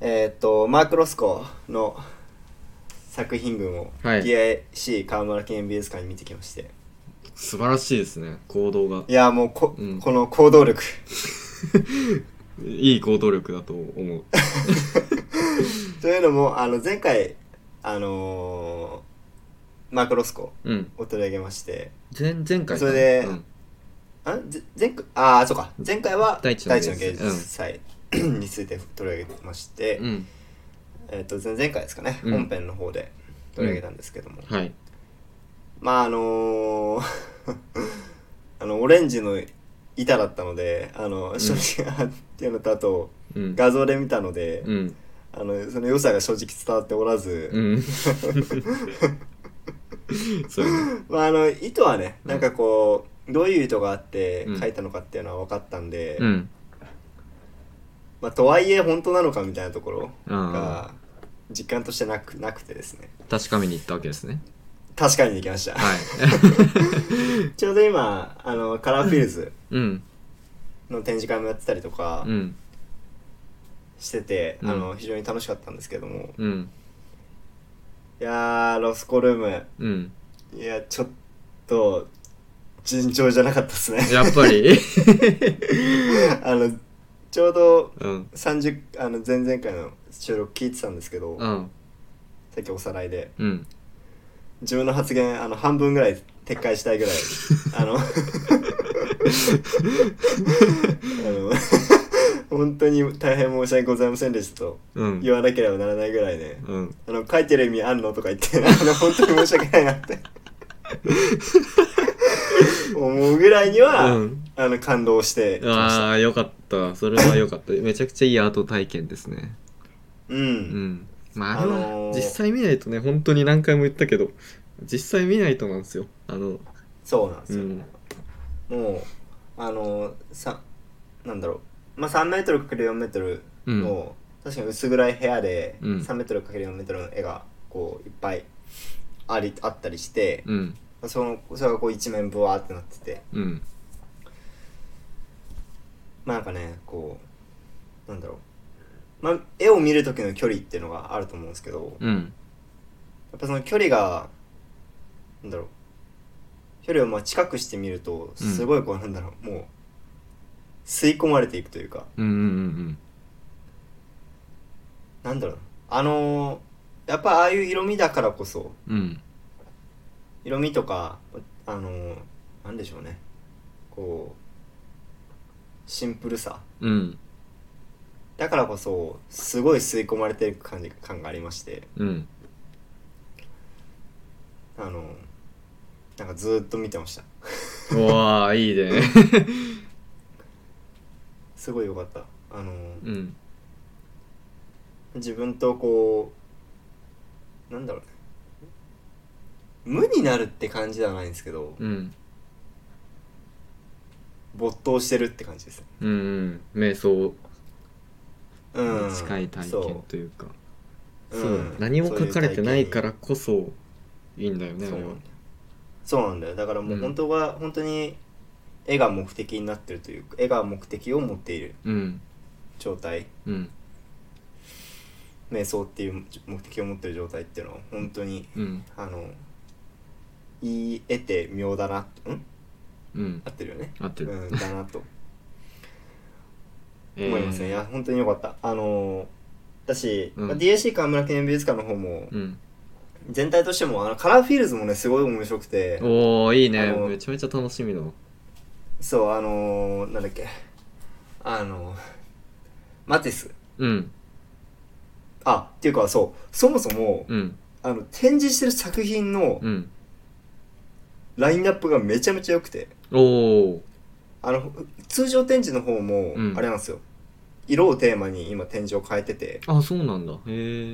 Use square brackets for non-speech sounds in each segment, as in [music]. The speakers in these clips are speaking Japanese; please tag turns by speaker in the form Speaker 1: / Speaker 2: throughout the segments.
Speaker 1: えーっとマーク・ロスコの作品群を
Speaker 2: はい
Speaker 1: DIC 川村記念美術館に見てきまして、
Speaker 2: 素晴らしいですね行動が
Speaker 1: いやもうこ,、
Speaker 2: うん
Speaker 1: この行動力
Speaker 2: いい行動力だと思う
Speaker 1: というのもあの前回あのーマーク・ロスコ
Speaker 2: うん
Speaker 1: を取り上げまして
Speaker 2: 前前回か
Speaker 1: それで
Speaker 2: うん
Speaker 1: あぜ前回ああそうか前回は
Speaker 2: 大
Speaker 1: 大
Speaker 2: 地
Speaker 1: 地
Speaker 2: の
Speaker 1: の
Speaker 2: 芸
Speaker 1: 芸
Speaker 2: 術
Speaker 1: 術祭について取り上げてまして、
Speaker 2: うん
Speaker 1: えーっと前前回ですかね、
Speaker 2: うん
Speaker 1: 本編の方で取り上げたんですけども、
Speaker 2: はい
Speaker 1: まああのー [laughs] あのオレンジの板だったのであの正直なっていうのとあと
Speaker 2: うん
Speaker 1: 画像で見たので、
Speaker 2: うん
Speaker 1: あのその良さが正直伝わっておらず、
Speaker 2: うん
Speaker 1: [laughs]
Speaker 2: そうよね
Speaker 1: まああの意図はね
Speaker 2: うん
Speaker 1: なんかこう、どういう意図があって
Speaker 2: うん
Speaker 1: 書いたのかっていうのは分かったんで、
Speaker 2: うん
Speaker 1: まあとはいえ本当なのかみたいなところ
Speaker 2: あ
Speaker 1: が実感としてなくなくてですね
Speaker 2: あ確かめに行ったわけですね
Speaker 1: 確かにできました、
Speaker 2: はい [laughs]
Speaker 1: ちょうど今あのカラーフィールズ
Speaker 2: うん
Speaker 1: の展示会もやってたりとか
Speaker 2: うん
Speaker 1: してて、
Speaker 2: うん
Speaker 1: あの非常に楽しかったんですけども、
Speaker 2: うん
Speaker 1: いやーロスコルーム
Speaker 2: うん
Speaker 1: いやちょっと尋常じゃなかったですね
Speaker 2: やっぱり
Speaker 1: [laughs]
Speaker 2: [laughs]
Speaker 1: あのちょうど
Speaker 2: うん
Speaker 1: 30あの前々回の収録聞いてたんですけど、
Speaker 2: うん
Speaker 1: さっきおさらいで
Speaker 2: うん
Speaker 1: 自分の発言あの半分ぐらい撤回したいぐらいあ
Speaker 2: [laughs]
Speaker 1: の [laughs] あの本当に大変申し訳ございませんでしたと
Speaker 2: うん
Speaker 1: 言わなければならないぐらいね
Speaker 2: うん
Speaker 1: あの書いてる意味あんのとか言って [laughs] あの本当に申し訳ないなって
Speaker 2: [laughs]
Speaker 1: 思うぐらいには、
Speaker 2: うん
Speaker 1: あの感動してきました
Speaker 2: ああよかったそれはよかっためちゃくちゃいいアート体験ですね
Speaker 1: うん、
Speaker 2: うんまああれ
Speaker 1: あ
Speaker 2: は
Speaker 1: のー
Speaker 2: 実際見ないとね本当に何回も言ったけど実際見ないとなんですよあの
Speaker 1: そうなんです
Speaker 2: う
Speaker 1: よ、
Speaker 2: ん
Speaker 1: もうあのさなんだろうまあ3メートルかける4メートル
Speaker 2: うん
Speaker 1: の、確かに薄暗い部屋で
Speaker 2: うん
Speaker 1: 3メートルかける4メートルの絵がこういっぱいありあったりして、
Speaker 2: うん
Speaker 1: そのそれがこう一面ブワーってなってて
Speaker 2: うん
Speaker 1: まあなんかねこうなんだろうまあ絵を見る時の距離っていうのがあると思うんですけどや
Speaker 2: うん
Speaker 1: っぱその距離がなんだろう距離をまあ近くしてみると
Speaker 2: うん
Speaker 1: すごいこうなんだろう、もう吸い込まれていくというか
Speaker 2: うんうん
Speaker 1: なんだろうなあのーやっぱああいう色味だからこそ
Speaker 2: うんうん
Speaker 1: 色味とかあのーなんでしょうねこうシンプルさ
Speaker 2: うん
Speaker 1: だからこそすごい吸い込まれていく感じ感がありまして
Speaker 2: うん
Speaker 1: あのーなんかずーっと見てました
Speaker 2: うわあい
Speaker 1: [laughs]
Speaker 2: いね
Speaker 1: すごい良かったあのー
Speaker 2: うん
Speaker 1: 自分とこうなんだろうね無になるって感じではないんですけど
Speaker 2: うん
Speaker 1: 没頭してるって感じですね
Speaker 2: うんうん瞑想
Speaker 1: うん
Speaker 2: に近い体験というか
Speaker 1: そう
Speaker 2: そう
Speaker 1: うん
Speaker 2: 何も書かれてないからこそいいんだよ
Speaker 1: そ
Speaker 2: ね
Speaker 1: う
Speaker 2: あれは
Speaker 1: そうなんだよだからもううん本当は、本当に絵が目的になってるというか絵が目的を持っている
Speaker 2: うん
Speaker 1: 状態
Speaker 2: うん
Speaker 1: 瞑想っていう目的を持ってる状態っていうのは本当に
Speaker 2: うん
Speaker 1: あの言い得て妙だなとん
Speaker 2: うん
Speaker 1: 合ってるよね
Speaker 2: 合ってる
Speaker 1: うんだな
Speaker 2: [laughs]
Speaker 1: と
Speaker 2: え
Speaker 1: 思いますね、い
Speaker 2: ー
Speaker 1: や本当によかったあのだし、
Speaker 2: うん
Speaker 1: まあ、DAC 河村記念美術館の方も
Speaker 2: うん
Speaker 1: 全体としてもあのカラーフィールズもねすごい面白くて
Speaker 2: おおいいね
Speaker 1: あの
Speaker 2: めちゃめちゃ楽しみだわ
Speaker 1: そうあのなんだっけあのマティス
Speaker 2: うん
Speaker 1: あっていうかそうそもそも、
Speaker 2: うん
Speaker 1: あの展示してる作品の
Speaker 2: うん
Speaker 1: ラインナップがめちゃめちゃ良くて
Speaker 2: おお
Speaker 1: あの通常展示の方も
Speaker 2: うん
Speaker 1: あれなんですよ、色をテーマに今展示を変えてて
Speaker 2: あそうなんだへ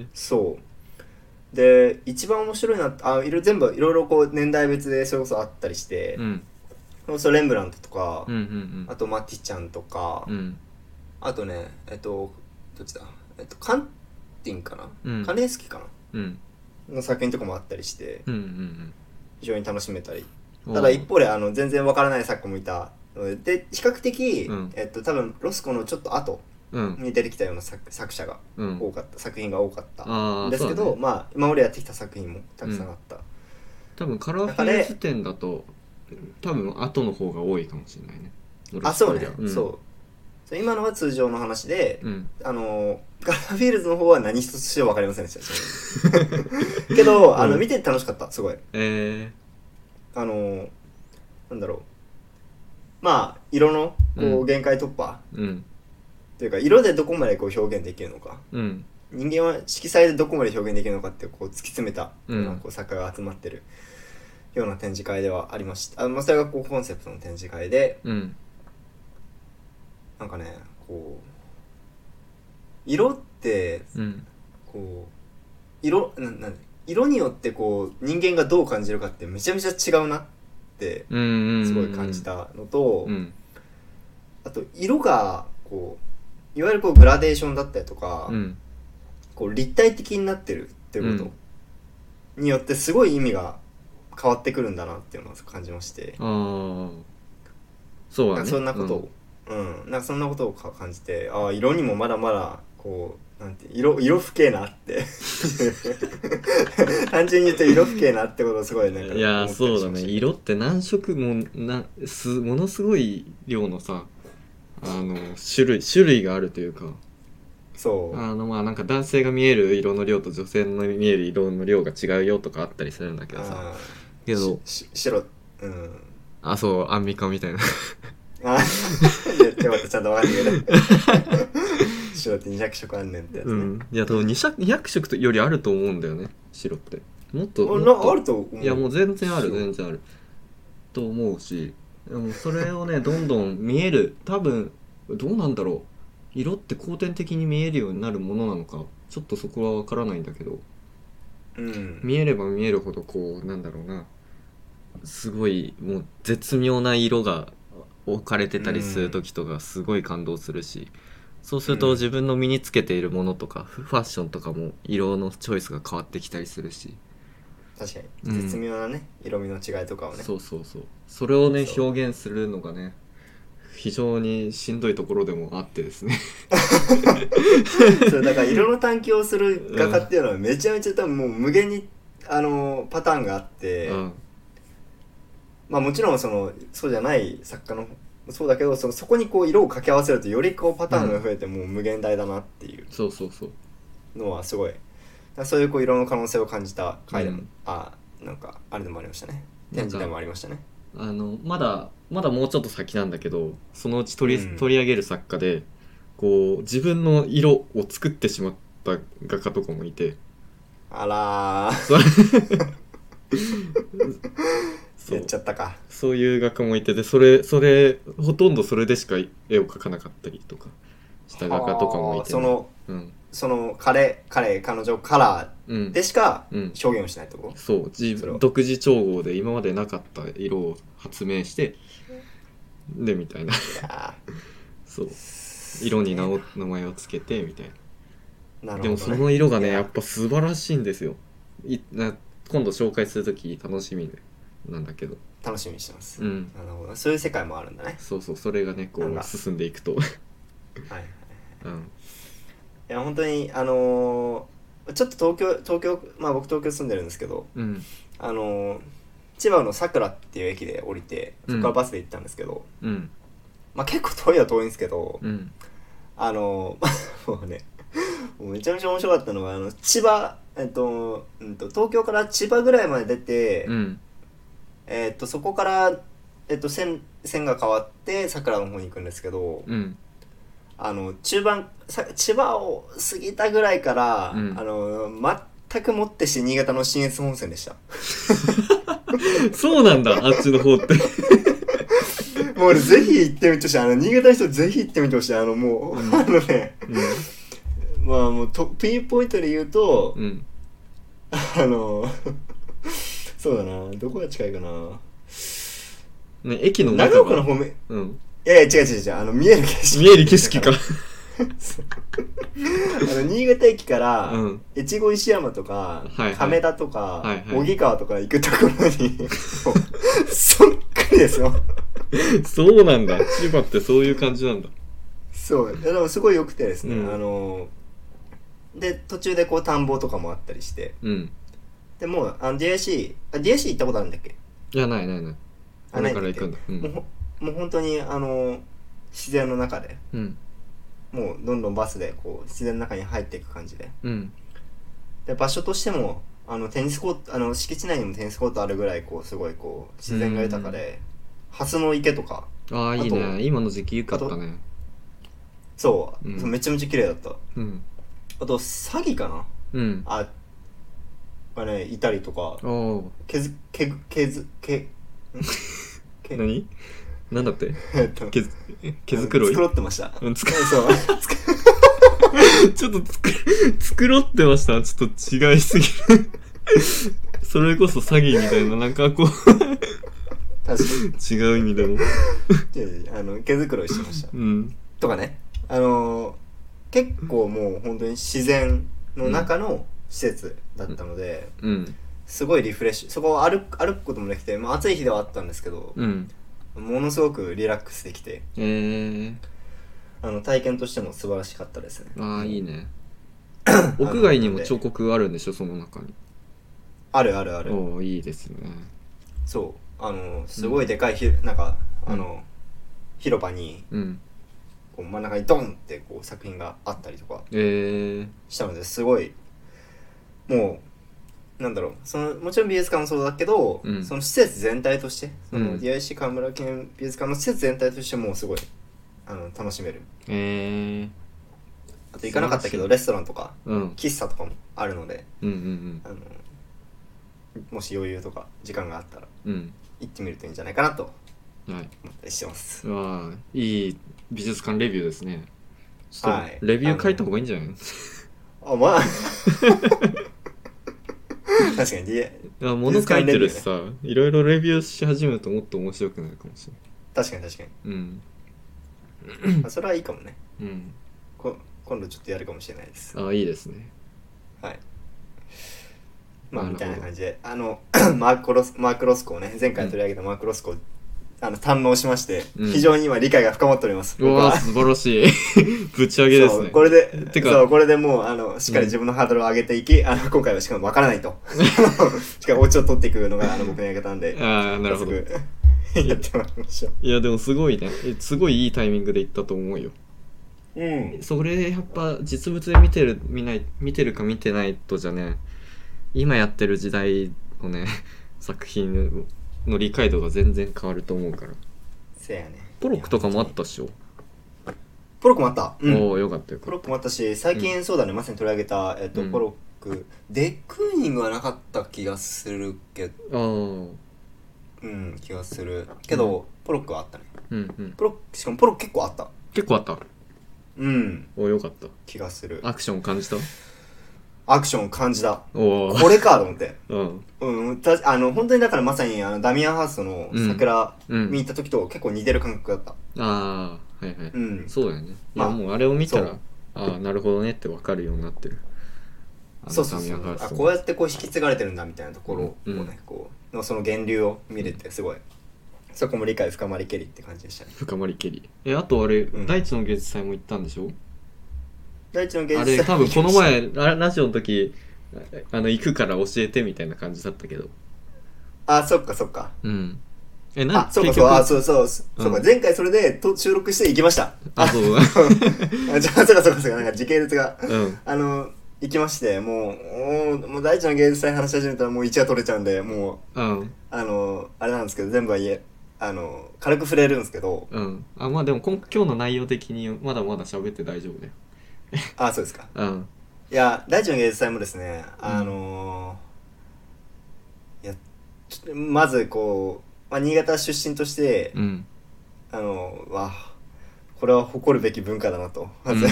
Speaker 2: え
Speaker 1: そうで一番面白いなあ色全部いろいろこう年代別でそれこそあったりして、
Speaker 2: うん
Speaker 1: それこそレンブラントとか、
Speaker 2: うんうん
Speaker 1: あとマティちゃんとか、
Speaker 2: うんうん
Speaker 1: あとねえっとどっちだ、えっと、カンティンかな、
Speaker 2: うん
Speaker 1: カネースキか
Speaker 2: うん
Speaker 1: なの作品とかもあったりして
Speaker 2: うんうん
Speaker 1: 非常に楽しめたり
Speaker 2: うん
Speaker 1: ただ一方であの全然わからない作家もいたのでで比較的、
Speaker 2: うん
Speaker 1: えっと、多分ロスコのちょっと後
Speaker 2: うん
Speaker 1: に出てきたような作作者が
Speaker 2: うん
Speaker 1: 多かった作品が多かった
Speaker 2: ああ
Speaker 1: ですけ
Speaker 2: そうだ
Speaker 1: ど、
Speaker 2: ね
Speaker 1: まあ今までやってきた作品もたくさんあった、
Speaker 2: 多分カラーフェア時点だと多分後の方が多いかもしれないね俺
Speaker 1: あそうね、
Speaker 2: よりは
Speaker 1: そうそれ今のは通常の話で、
Speaker 2: うん、うん
Speaker 1: あのガラフィールズの方は何一つしよう分かりませんでした正
Speaker 2: [laughs]
Speaker 1: 直けどあの、
Speaker 2: うん
Speaker 1: 見てて楽しかったすごい
Speaker 2: え
Speaker 1: あのなんだろうまあ色のこ
Speaker 2: う
Speaker 1: うん限界突破、
Speaker 2: ー、うん
Speaker 1: というか色でどこまでこう表現できるのか
Speaker 2: うん
Speaker 1: 人間は色彩でどこまで表現できるのかってこう突き詰めた
Speaker 2: うん
Speaker 1: ようなこう作家が集まってるような展示会ではありました、あまあそれがこうコンセプトの展示会で
Speaker 2: うん
Speaker 1: なんかねこう色って
Speaker 2: うん
Speaker 1: こう色ななん色によってこう人間がどう感じるかってめちゃめちゃ違うなって
Speaker 2: うんうんうん
Speaker 1: すごい感じたのと、
Speaker 2: うん
Speaker 1: あと色がこういわゆるこうグラデーションだったりとか、
Speaker 2: うん
Speaker 1: こう立体的になってるっていうこと、によってすごい意味が変わってくるんだなっていうのを感じまして、
Speaker 2: ああそう
Speaker 1: な
Speaker 2: だ
Speaker 1: んか
Speaker 2: ね
Speaker 1: そんなことを、うんなんかそんなことをか感じてああ色にもまだまだこうなんて色色不景なって
Speaker 2: [laughs]
Speaker 1: 単純に言うと色不景なってことをすごいなんか
Speaker 2: い
Speaker 1: 思
Speaker 2: やー
Speaker 1: ったり
Speaker 2: そう
Speaker 1: し
Speaker 2: だ
Speaker 1: ま
Speaker 2: ね
Speaker 1: した
Speaker 2: 色って何色もなすものすごい量のさあの種類種類があるというか
Speaker 1: そう
Speaker 2: あのまあなんか男性が見える色の量と女性の見える色の量が違うよとかあったりするんだけどさ
Speaker 1: あー
Speaker 2: けど
Speaker 1: しし白うん
Speaker 2: あそうアンミカみたい
Speaker 1: [laughs]
Speaker 2: な
Speaker 1: あー [laughs] 言ってまたちゃんとわかんない
Speaker 2: [laughs]
Speaker 1: けど白って200色あんねんってやつ
Speaker 2: う
Speaker 1: ね、
Speaker 2: んいや多分 200, 200色とよりあると思うんだよね白ってもっとも
Speaker 1: あ
Speaker 2: っ
Speaker 1: な
Speaker 2: と
Speaker 1: あると思う
Speaker 2: いやもう全然ある
Speaker 1: そう
Speaker 2: 全然あると思うしでもそれを
Speaker 1: [laughs]
Speaker 2: ねどんどん見える多分どうなんだろう色って後天的に見えるようになるものなのかちょっとそこは分からないんだけど
Speaker 1: うん
Speaker 2: 見えれば見えるほどこうなんだろうなすごいもう絶妙な色が置かれてたりする時とかすごい感動するし、そうする
Speaker 1: うん
Speaker 2: と自分の身につけているものとかフファッションとかも色のチョイスが変わってきたりするし、
Speaker 1: 確か
Speaker 2: う
Speaker 1: に
Speaker 2: ん
Speaker 1: 絶妙なね、色味の違いとかをね
Speaker 2: そうそうそうそれをね
Speaker 1: そう
Speaker 2: 表現するのがね非常にしんどいところでもあってですね
Speaker 1: [laughs] そうだから色の探求をする画家っていうのはめちゃめちゃ多分もう無限にあのパターンがあって、
Speaker 2: うん
Speaker 1: まあもちろんそのそうじゃない作家のそうだけどそのそこにこう色を掛け合わせるとよりこうパターンが増えてもう無限大だなっていう
Speaker 2: そうそうそう
Speaker 1: のはすごいだからそういうこう色の可能性を感じた回でも、
Speaker 2: うん
Speaker 1: あなんかあれでもありましたね展
Speaker 2: なんか
Speaker 1: 示でもありましたね
Speaker 2: あのまだまだもうちょっと先なんだけどそのうち取り,、
Speaker 1: うん
Speaker 2: 取り上げる作家でこう自分の色を作ってしまった画家とかもいて
Speaker 1: あらー
Speaker 2: それそ
Speaker 1: や
Speaker 2: う
Speaker 1: っちゃったか
Speaker 2: そういう画家もいてでそれそれほとんどそれでしか絵を描かなかったりとかした画家とかもい
Speaker 1: はー
Speaker 2: て
Speaker 1: そ
Speaker 2: ね、
Speaker 1: の
Speaker 2: うん
Speaker 1: その彼彼彼女カラ
Speaker 2: うん
Speaker 1: ーでしか
Speaker 2: うん、
Speaker 1: 表現をしないって
Speaker 2: [laughs]
Speaker 1: こと
Speaker 2: そう自
Speaker 1: それは
Speaker 2: 独自調合で今までなかった色を発明してでみたいな [laughs]
Speaker 1: いや
Speaker 2: そう
Speaker 1: ー
Speaker 2: 色に名を名前をつけてみたい
Speaker 1: な
Speaker 2: な
Speaker 1: るほど、ね、
Speaker 2: でもその色がね
Speaker 1: い
Speaker 2: やっぱ素晴らしいんですよいな今度紹介する時楽しみなんだけど
Speaker 1: 楽しみにしてます、
Speaker 2: うん
Speaker 1: なるほどそういう世界もあるんだね
Speaker 2: そうそうそれがねこ
Speaker 1: なん
Speaker 2: う
Speaker 1: か
Speaker 2: 進んでいくと、 [laughs]
Speaker 1: はいい
Speaker 2: うん、
Speaker 1: や本当にあのーちょっと東京東京まあ僕東京住んでるんですけど
Speaker 2: うん
Speaker 1: あのー千葉のさくらっていう駅で降りてそこからバスで行ったんですけど、
Speaker 2: うん
Speaker 1: まあ結構遠いは遠いんですけど、
Speaker 2: うん
Speaker 1: あのー [laughs] もうねもうめちゃめちゃ面白かったのがあの千葉えっと、うん、と東京から千葉ぐらいまで出て、
Speaker 2: うん
Speaker 1: えっとそこから、えっと線線が変わってさくらの方に行くんですけど、
Speaker 2: うん
Speaker 1: あの中盤さ千葉を過ぎたぐらいから、
Speaker 2: うん
Speaker 1: あの全くもってして新潟の信越本線でした
Speaker 2: そうなんだあっちの方って [laughs]
Speaker 1: もう俺ぜひ行ってみてほしいあの新潟の人ぜひ行ってみてほしいあのもう、
Speaker 2: うん
Speaker 1: あのね
Speaker 2: う
Speaker 1: まあもうとピンポイントで言うと、
Speaker 2: ん、うん、
Speaker 1: あの [laughs] そうだなどこが近いかな
Speaker 2: ね駅の中
Speaker 1: 長岡の
Speaker 2: が
Speaker 1: 方面い
Speaker 2: うん
Speaker 1: やいや違う違う違うあの見える景色
Speaker 2: 見える景色か
Speaker 1: あの新潟駅から、
Speaker 2: うん
Speaker 1: 越後石山とか、
Speaker 2: いはい
Speaker 1: 亀田とか、
Speaker 2: はいはい
Speaker 1: 小木川とか行くところに
Speaker 2: [laughs]
Speaker 1: もうそっくりですよ
Speaker 2: [laughs] そうなんだ千葉ってそういう感じなんだ
Speaker 1: そういやでもすごい良くてですね、
Speaker 2: うん
Speaker 1: あので途中でこう田んぼとかもあったりして
Speaker 2: うん
Speaker 1: でもうあの DIC あ DIC 行ったことあるんだっけ
Speaker 2: いやないないない
Speaker 1: あ
Speaker 2: こ
Speaker 1: ない
Speaker 2: れ
Speaker 1: ん
Speaker 2: か
Speaker 1: だっ
Speaker 2: ら行
Speaker 1: け
Speaker 2: くんだう
Speaker 1: もうんほもう本当にあの自然の中で
Speaker 2: うん
Speaker 1: もうどんどんバスでこう自然の中に入っていく感じで
Speaker 2: うん
Speaker 1: で場所としてもあのテニスコートあの敷地内にもテニスコートあるぐらいこうすごいこう自然が豊かで蓮の池とか
Speaker 2: ああいい
Speaker 1: あと
Speaker 2: ね今の時期良かったね
Speaker 1: そう、
Speaker 2: うん
Speaker 1: そうめちゃめちゃ綺麗だった
Speaker 2: うん
Speaker 1: あと詐欺かな
Speaker 2: うんあ
Speaker 1: あがねいたりとか
Speaker 2: あ
Speaker 1: けずけぐけずけんけ
Speaker 2: 何なんだって
Speaker 1: えっと
Speaker 2: 毛づ毛づくろい
Speaker 1: 繕ってました
Speaker 2: うんつく [laughs]
Speaker 1: そう
Speaker 2: ちょっとつく、繕ってました。ちょっと違いすぎる。 [laughs] それこそ詐欺みたいな、なんかこう、
Speaker 1: 確
Speaker 2: 違う意味でも。
Speaker 1: かにあの毛繕いしてました
Speaker 2: うん。
Speaker 1: とかねあの結構もう本当に自然の中の施設だったので、
Speaker 2: うん。
Speaker 1: すごいリフレッシュそこを歩く歩くこともできて、まあ、暑い日ではあったんですけど、
Speaker 2: うん。
Speaker 1: ものすごくリラックスできて
Speaker 2: えー。
Speaker 1: あの体験としても素晴らしかったですね
Speaker 2: ああ、いい
Speaker 1: ね
Speaker 2: ね。屋外にも彫刻あるんでしょ、その中に。
Speaker 1: あるあるある
Speaker 2: おおいいですね。
Speaker 1: そうあのすごいでかいひ、なんかあの、広場に
Speaker 2: うん。
Speaker 1: こう真ん中にドンってこう作品があったりとか
Speaker 2: えー。
Speaker 1: したのですごいもうなんだろうそのもちろん美術館もそうだけど、
Speaker 2: うん
Speaker 1: その施設全体としてその
Speaker 2: うん
Speaker 1: DIC 河村記念美術館の施設全体としてもうすごいあの楽しめる
Speaker 2: えー。
Speaker 1: あと行かなかったけ
Speaker 2: 素
Speaker 1: ど
Speaker 2: 晴らしい
Speaker 1: レストランとか
Speaker 2: うん。うん
Speaker 1: 喫茶とかもあるので
Speaker 2: うん
Speaker 1: あのもし余裕とか時間があったら
Speaker 2: うん。
Speaker 1: 行ってみるといいんじゃないかなと
Speaker 2: うん。はい。
Speaker 1: 思ったりしてます
Speaker 2: うわあいい美術館レビューですね。ちょ
Speaker 1: は
Speaker 2: っ
Speaker 1: い
Speaker 2: と、レビュー書いた方がいいんじゃない
Speaker 1: あまあ [laughs] 確かに D-
Speaker 2: いや物書いてるしさ、いろいろレビューし始めるともっと面白くなるかもしれ
Speaker 1: 確かに確か
Speaker 2: [clears throat] ない。うん。
Speaker 1: にあそれはいいかもね
Speaker 2: うん。
Speaker 1: こ今度ちょっとやるかもしれないです
Speaker 2: ああ、いいですね。
Speaker 1: はいまあ
Speaker 2: なる
Speaker 1: み
Speaker 2: ほど
Speaker 1: たいな感じであの [clears throat] マークロスマークロスコをね前回取り上げたマークロスコを、あの堪能しまして、
Speaker 2: うん
Speaker 1: 非常に今理解が深まっております
Speaker 2: う
Speaker 1: 僕は
Speaker 2: わー素晴らしい。 [laughs] ぶち上げです
Speaker 1: そう
Speaker 2: ね。
Speaker 1: これで
Speaker 2: てか
Speaker 1: そうこれでもうあのしっかり自分のハードルを上げていき、あの今回はしかも分からない
Speaker 2: [laughs]
Speaker 1: とあのしかもお家を取っていくのがあの僕のやり方なんで
Speaker 2: ああ、なるほど。
Speaker 1: 早
Speaker 2: い
Speaker 1: 速やってもらいましょう
Speaker 2: や、でもすごいね。えすごいいいタイミングで行ったと思うよ。
Speaker 1: うん
Speaker 2: それやっぱ実物で見てる、見ない、見てるか見てないとじゃね、今やってる時代のね、 [laughs] 作品の理解度が全然変わると思うから。
Speaker 1: せやね
Speaker 2: ポロックとかもあっ
Speaker 1: いや
Speaker 2: たっしょ。
Speaker 1: ポロックもあったうん
Speaker 2: おおよかったよか
Speaker 1: ポ
Speaker 2: った。
Speaker 1: ロックもあったし最近そうだねまさに取り上げた、えっと
Speaker 2: うん
Speaker 1: ポロックデクーニングはなかった気がするけど
Speaker 2: ああ、うん
Speaker 1: うん気がするけど、ポロックはあったね
Speaker 2: うん。
Speaker 1: ポロックしかもポロック結構あった
Speaker 2: 結構あった。
Speaker 1: うん
Speaker 2: およかった
Speaker 1: 気がする
Speaker 2: アクション感じた
Speaker 1: アクション感じだ
Speaker 2: おお
Speaker 1: これかと思って
Speaker 2: うん
Speaker 1: うん、たあの本当にだからまさにあのダミアンハーストの桜
Speaker 2: うん
Speaker 1: 見に行った時と結構似てる感覚だった。
Speaker 2: ああはいはい、
Speaker 1: うん。
Speaker 2: そうだよね
Speaker 1: まあ
Speaker 2: いやもうあれを見た
Speaker 1: そ
Speaker 2: ら
Speaker 1: う
Speaker 2: ああなるほどねってわかるようになってるあの
Speaker 1: そうそうそ
Speaker 2: ダミアン
Speaker 1: うあ
Speaker 2: ハースト
Speaker 1: こうやってこう引き継がれてるんだみたいなところをね、
Speaker 2: うんうん
Speaker 1: こうのその源流を見れてすごいそこも理解深まりけりって感じでしたね。
Speaker 2: 深まりけりえあとあれ、
Speaker 1: うん
Speaker 2: 大地の芸術祭も行ったんでしょ
Speaker 1: 第一の
Speaker 2: あ
Speaker 1: 芸術
Speaker 2: れ
Speaker 1: 祭
Speaker 2: 多分この前ララジオの時ああの行くから教えてみたいな感じだったけど
Speaker 1: [laughs] あそっかそっか。
Speaker 2: うんえな
Speaker 1: あそっかそうあそうそう、そうか
Speaker 2: うん
Speaker 1: 前回それでと収録して行きました。
Speaker 2: あそう
Speaker 1: あじゃあそっかそっかそっかなんか時系列が
Speaker 2: うん
Speaker 1: あの行きましてもうおーもう第一の芸術祭話し始めたらもう一夜取れちゃうんでもう。
Speaker 2: うん
Speaker 1: あの、あれなんですけど、全部は言え、あの、軽く触れるんですけど、
Speaker 2: うんあまあでも今今日の内容的にまだまだ喋って大丈夫だよ
Speaker 1: あ、そうですか。
Speaker 2: うん
Speaker 1: いや、大地の芸術祭もですね、あのいや、ちょまずこう、まあ、新潟出身として、
Speaker 2: うん
Speaker 1: あの、わ、これは誇るべき文化だなと、まず、
Speaker 2: う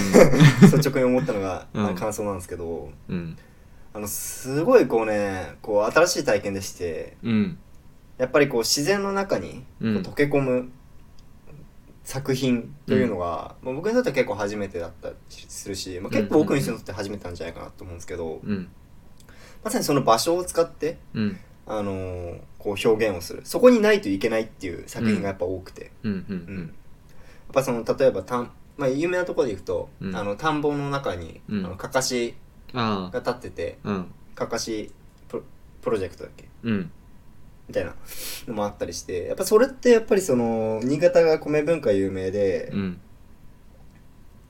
Speaker 1: [laughs] 率直に思ったのが、あの
Speaker 2: うん
Speaker 1: 感想なんですけど、
Speaker 2: うん
Speaker 1: あの、すごいこうね、こう、新しい体験でして、
Speaker 2: うん
Speaker 1: やっぱりこう自然の中にこう
Speaker 2: うん
Speaker 1: 溶け込む作品というのが、まあ、僕にとっては結構初めてだったりするし、まあ、結構多くの人にとって初めてなんじゃないかなと思うんですけど、
Speaker 2: うん
Speaker 1: まさにその場所を使って、
Speaker 2: うん
Speaker 1: あのーこう表現をするそこにないといけないっていう作品がやっぱ多くて、
Speaker 2: うんう
Speaker 1: うんやっ
Speaker 2: ん
Speaker 1: ぱその例えば田んまあ、有名なところでいくと、
Speaker 2: うん
Speaker 1: あの田んぼの中に、
Speaker 2: うん
Speaker 1: あのかかし
Speaker 2: あ
Speaker 1: が立ってて
Speaker 2: あうん
Speaker 1: かかしプロプロジェクトだっけ
Speaker 2: うん
Speaker 1: みたいなのもあったりしてやっぱそれってやっぱりその新潟が米文化有名で、
Speaker 2: う
Speaker 1: っ
Speaker 2: ん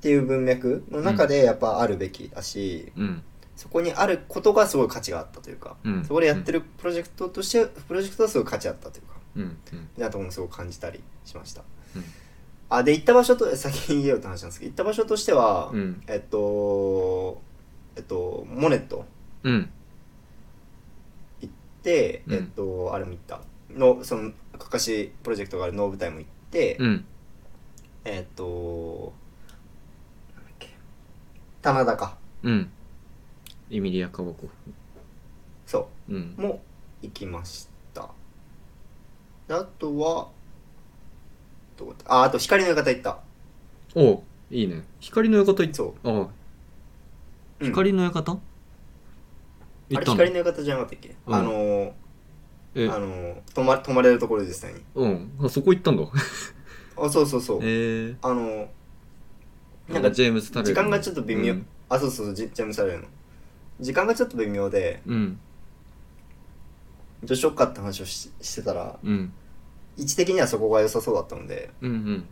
Speaker 1: ていう文脈の中でやっぱあるべきだし、
Speaker 2: うん
Speaker 1: そこにあることがすごい価値があったというか、
Speaker 2: うん
Speaker 1: そこでやってるプロジェクトとしてプロジェクトはすごい価値あったというか
Speaker 2: うんうん
Speaker 1: みたいなところもすごく感じたりしました。
Speaker 2: うん
Speaker 1: あで行った場所と [laughs] 先に言えよって話なんですけど行った場所としては、
Speaker 2: うん
Speaker 1: えっとえっとモネット
Speaker 2: うん
Speaker 1: 行って、
Speaker 2: うん
Speaker 1: えっとあれも行ったのそのかかしプロジェクトがある能舞台も行って、
Speaker 2: うん
Speaker 1: えっとなんだっけ棚田か
Speaker 2: うんエミリア・カバコ
Speaker 1: そ
Speaker 2: うん
Speaker 1: うも行きましたであとはどこだああと光の館行った
Speaker 2: おういいね光の館行った
Speaker 1: そ
Speaker 2: ああ
Speaker 1: う、うん
Speaker 2: 光の館行
Speaker 1: あ
Speaker 2: っ
Speaker 1: れ
Speaker 2: たの
Speaker 1: 光の館じゃなかったっけ、
Speaker 2: うん
Speaker 1: あのー
Speaker 2: え
Speaker 1: あの泊ま泊まれるところですね
Speaker 2: うんあそこ行ったんだ
Speaker 1: あそうそうそう、
Speaker 2: ええ
Speaker 1: あのな
Speaker 2: なんん
Speaker 1: か
Speaker 2: かジェームズ・タレ
Speaker 1: 時
Speaker 2: ル
Speaker 1: 間がちょっと微妙、
Speaker 2: うん
Speaker 1: あそうそうそうジジェームス・タレルの時間がちょっと微妙で
Speaker 2: うん
Speaker 1: どうしよっかって話をししてたら
Speaker 2: うん
Speaker 1: 位置的にはそこが良さそうだったので
Speaker 2: うんうん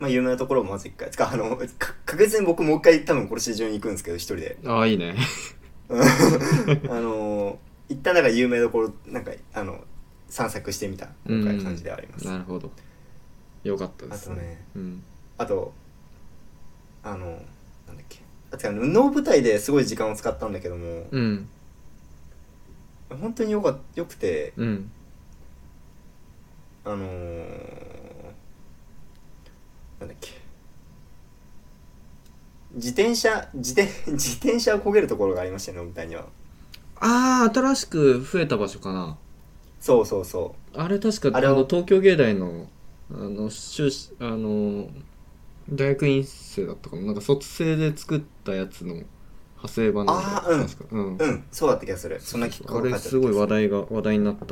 Speaker 1: まあ有名なところをまず一回つかあのか確実に僕もう一回多分これ市場に行くんですけど一人で
Speaker 2: ああい
Speaker 1: [laughs]
Speaker 2: いね
Speaker 1: あの一旦なんか有名どころなんかあの散策してみた今回感じではあります、
Speaker 2: なるほどよかったで
Speaker 1: あ
Speaker 2: す
Speaker 1: とね
Speaker 2: うん
Speaker 1: あとあのなんだっけあてか能舞台ですごい時間を使ったんだけども、
Speaker 2: うん
Speaker 1: 本当によかよくて
Speaker 2: うん
Speaker 1: あのー、なんだっけ自転車自転 [laughs] 自転車を焦げるところがありましたね能舞台には
Speaker 2: ああ新しく増えた場所かな
Speaker 1: そうそうそ
Speaker 2: あれ確か
Speaker 1: あ
Speaker 2: あ
Speaker 1: れを
Speaker 2: の東京芸大のあの修士あの大学院生だったかななんか卒生で作ったやつの派生版なんだ
Speaker 1: あーうん
Speaker 2: 確かうん
Speaker 1: ううんそうだった気がするそんなきっか
Speaker 2: あ
Speaker 1: け
Speaker 2: れすごい話題が話題になった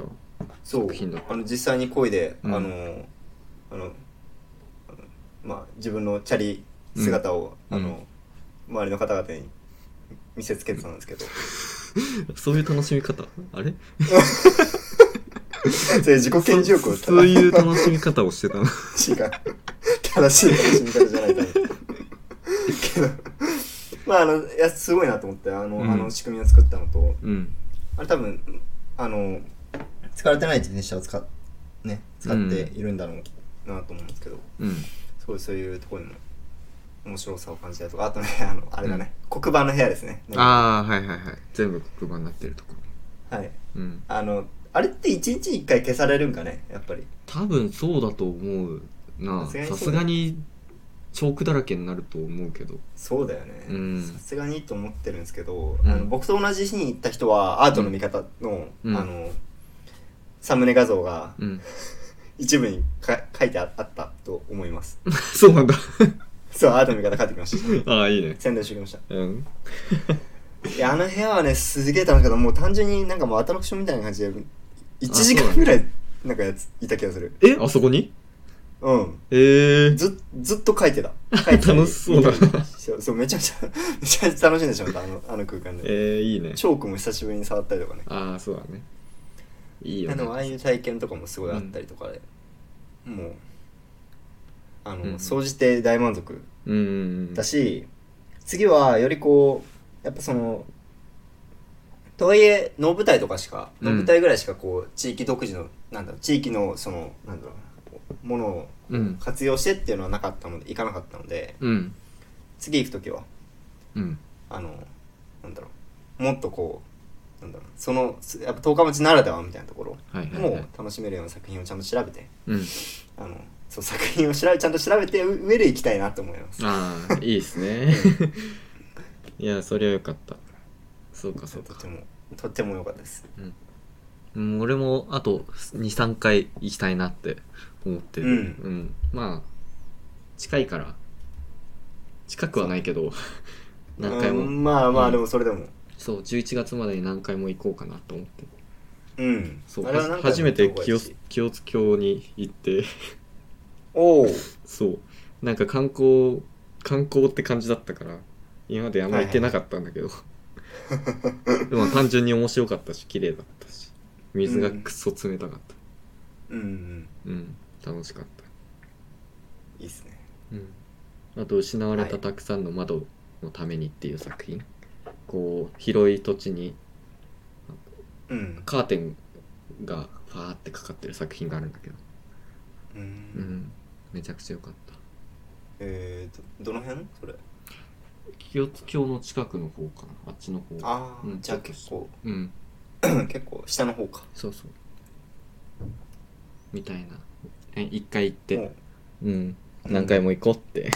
Speaker 1: そう
Speaker 2: 作品だ
Speaker 1: あの実際に漕いで、
Speaker 2: うん
Speaker 1: あのーあのあのまあ自分のチャリ姿を、
Speaker 2: うん
Speaker 1: あの周りの方々に見せつけてたんですけど
Speaker 2: そういう楽しみ方あれ
Speaker 1: それ自己顕示欲を
Speaker 2: そそういう楽しみ方をし
Speaker 1: [laughs]
Speaker 2: てたの
Speaker 1: 違う正しい楽しみ方じゃないと思うけどまああのいやすごいなと思ってあの,、
Speaker 2: うん
Speaker 1: あの仕組みを作ったのと
Speaker 2: うん
Speaker 1: あれ多分あの使われてない自転車を使,、ね、使っているんだろうなと思うんですけど、
Speaker 2: うん
Speaker 1: すごいそういうところにも面白さを感じたりとかあとね [laughs] あのあれだね、黒板の部屋ですね
Speaker 2: ああはいはいはい全部黒板になってるとこ
Speaker 1: はい
Speaker 2: うん
Speaker 1: あのあれって1日1回消されるんかねやっぱり
Speaker 2: 多分そうだと思うな
Speaker 1: さすがにそうだ
Speaker 2: さすがにチョークだらけになると思うけど
Speaker 1: そうだよね
Speaker 2: うん
Speaker 1: さすがにと思ってるんですけど、
Speaker 2: うん
Speaker 1: あの僕と同じ日に行った人はアートの見方の,、
Speaker 2: うん
Speaker 1: あのサムネ画像が [laughs]
Speaker 2: うん
Speaker 1: 一部にか書いてああったと思います
Speaker 2: そうなんだ
Speaker 1: そうアートの見方書いてきました
Speaker 2: [laughs] ああいいね
Speaker 1: 宣伝してきまし
Speaker 2: うん
Speaker 1: たいやあの部屋はねすげえ楽しかったもう単純になんかもうアトラクションみたいな感じで1時
Speaker 2: そう
Speaker 1: 間
Speaker 2: だね
Speaker 1: ぐらいなんかやついた気がする
Speaker 2: えあそこに
Speaker 1: うん
Speaker 2: ええ
Speaker 1: ずずっと書いてた書いてたり
Speaker 2: 楽しそうだな
Speaker 1: 見たりそうそうめちゃめ [laughs] ちゃめちゃめちゃ楽しんでしまったあのあの空間で
Speaker 2: ええいいね
Speaker 1: チョークも久しぶりに触ったりとかね
Speaker 2: ああそうだねいいよ
Speaker 1: あ
Speaker 2: ね
Speaker 1: のああいう体験とかもすごいあったりとかで、もうあ
Speaker 2: うん
Speaker 1: の総じて大満足
Speaker 2: うんうん
Speaker 1: だし、次はよりこうやっぱそのとはいえ能舞台とかしか
Speaker 2: うん
Speaker 1: 能舞台ぐらいしかこう地域独自のなんだろう地域のそのなんだろうものを
Speaker 2: うん
Speaker 1: 活用してっていうのはなかったので行かなかったので
Speaker 2: うん
Speaker 1: 次行く時は
Speaker 2: うん
Speaker 1: あのなんだろうもっとこうなんだろうそのすやっぱ十日町ならではみたいなところ
Speaker 2: はいはいはい
Speaker 1: も楽しめるような作品をちゃんと調べて
Speaker 2: うん
Speaker 1: あのそう作品を調べちゃんと調べてう上で行きたいなと思います。
Speaker 2: ああいいですねいやそりゃよかったそうかそう
Speaker 1: と
Speaker 2: か
Speaker 1: てもとても良かったです。
Speaker 2: うん俺もあと23回行きたいなって思ってる、
Speaker 1: うん
Speaker 2: まあ近いから近くはないけど何回も、
Speaker 1: うんまあま
Speaker 2: う
Speaker 1: あ
Speaker 2: ん
Speaker 1: でもそれでも。
Speaker 2: そう11月までに何回も行こうかなと思って
Speaker 1: うん。
Speaker 2: そう
Speaker 1: あれはなんか
Speaker 2: 初めて清
Speaker 1: どこ
Speaker 2: 津
Speaker 1: やし
Speaker 2: 清津峡に行って
Speaker 1: おお。
Speaker 2: そうなんか観光観光って感じだったから今まであんま行ってなかったんだけど、 [laughs] でも単純に面白かったし綺麗だったし水がくっそ冷たかった
Speaker 1: うんうん
Speaker 2: うん、楽しかった
Speaker 1: いいっすね
Speaker 2: あと「失われたたくさんの窓のために」っていう作品、こう広い土地に
Speaker 1: うん
Speaker 2: カーテンがファーってかかってる作品があるんだけど、
Speaker 1: うん、
Speaker 2: うん、めちゃくちゃ良かった
Speaker 1: えー、どどの辺それ
Speaker 2: 清津峡の近くの方かなあっちの方
Speaker 1: ああ、
Speaker 2: うん
Speaker 1: じゃあ結構
Speaker 2: うん
Speaker 1: [clears throat] 結構下の方か
Speaker 2: そうそうみたいなえ一回行っ
Speaker 1: も
Speaker 2: て
Speaker 1: う
Speaker 2: うん何回も行こうって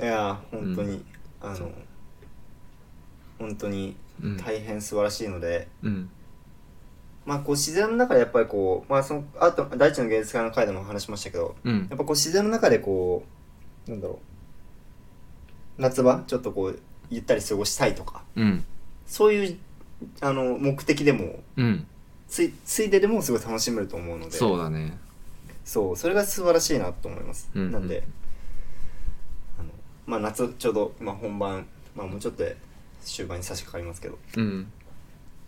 Speaker 1: いやー本当に、
Speaker 2: う
Speaker 1: あ
Speaker 2: そう
Speaker 1: の本当に
Speaker 2: うん、
Speaker 1: 大変素晴らしいので、
Speaker 2: うん、
Speaker 1: まあこう自然の中でやっぱりこうまあそのあと大地の芸術家の回でも話しましたけど
Speaker 2: うん
Speaker 1: やっぱこう自然の中でこうなんだろう夏場ちょっとこうゆったり過ごしたいとか
Speaker 2: うん
Speaker 1: そういうあの目的でも
Speaker 2: うん
Speaker 1: ついついででもすごい楽しめると思うので
Speaker 2: そうだね
Speaker 1: そうそれが素晴らしいなと思います、
Speaker 2: うん
Speaker 1: なんであの、まあ、夏ちょうど今本番、まあ、もうちょっとで終盤に差し掛かりますけど
Speaker 2: うん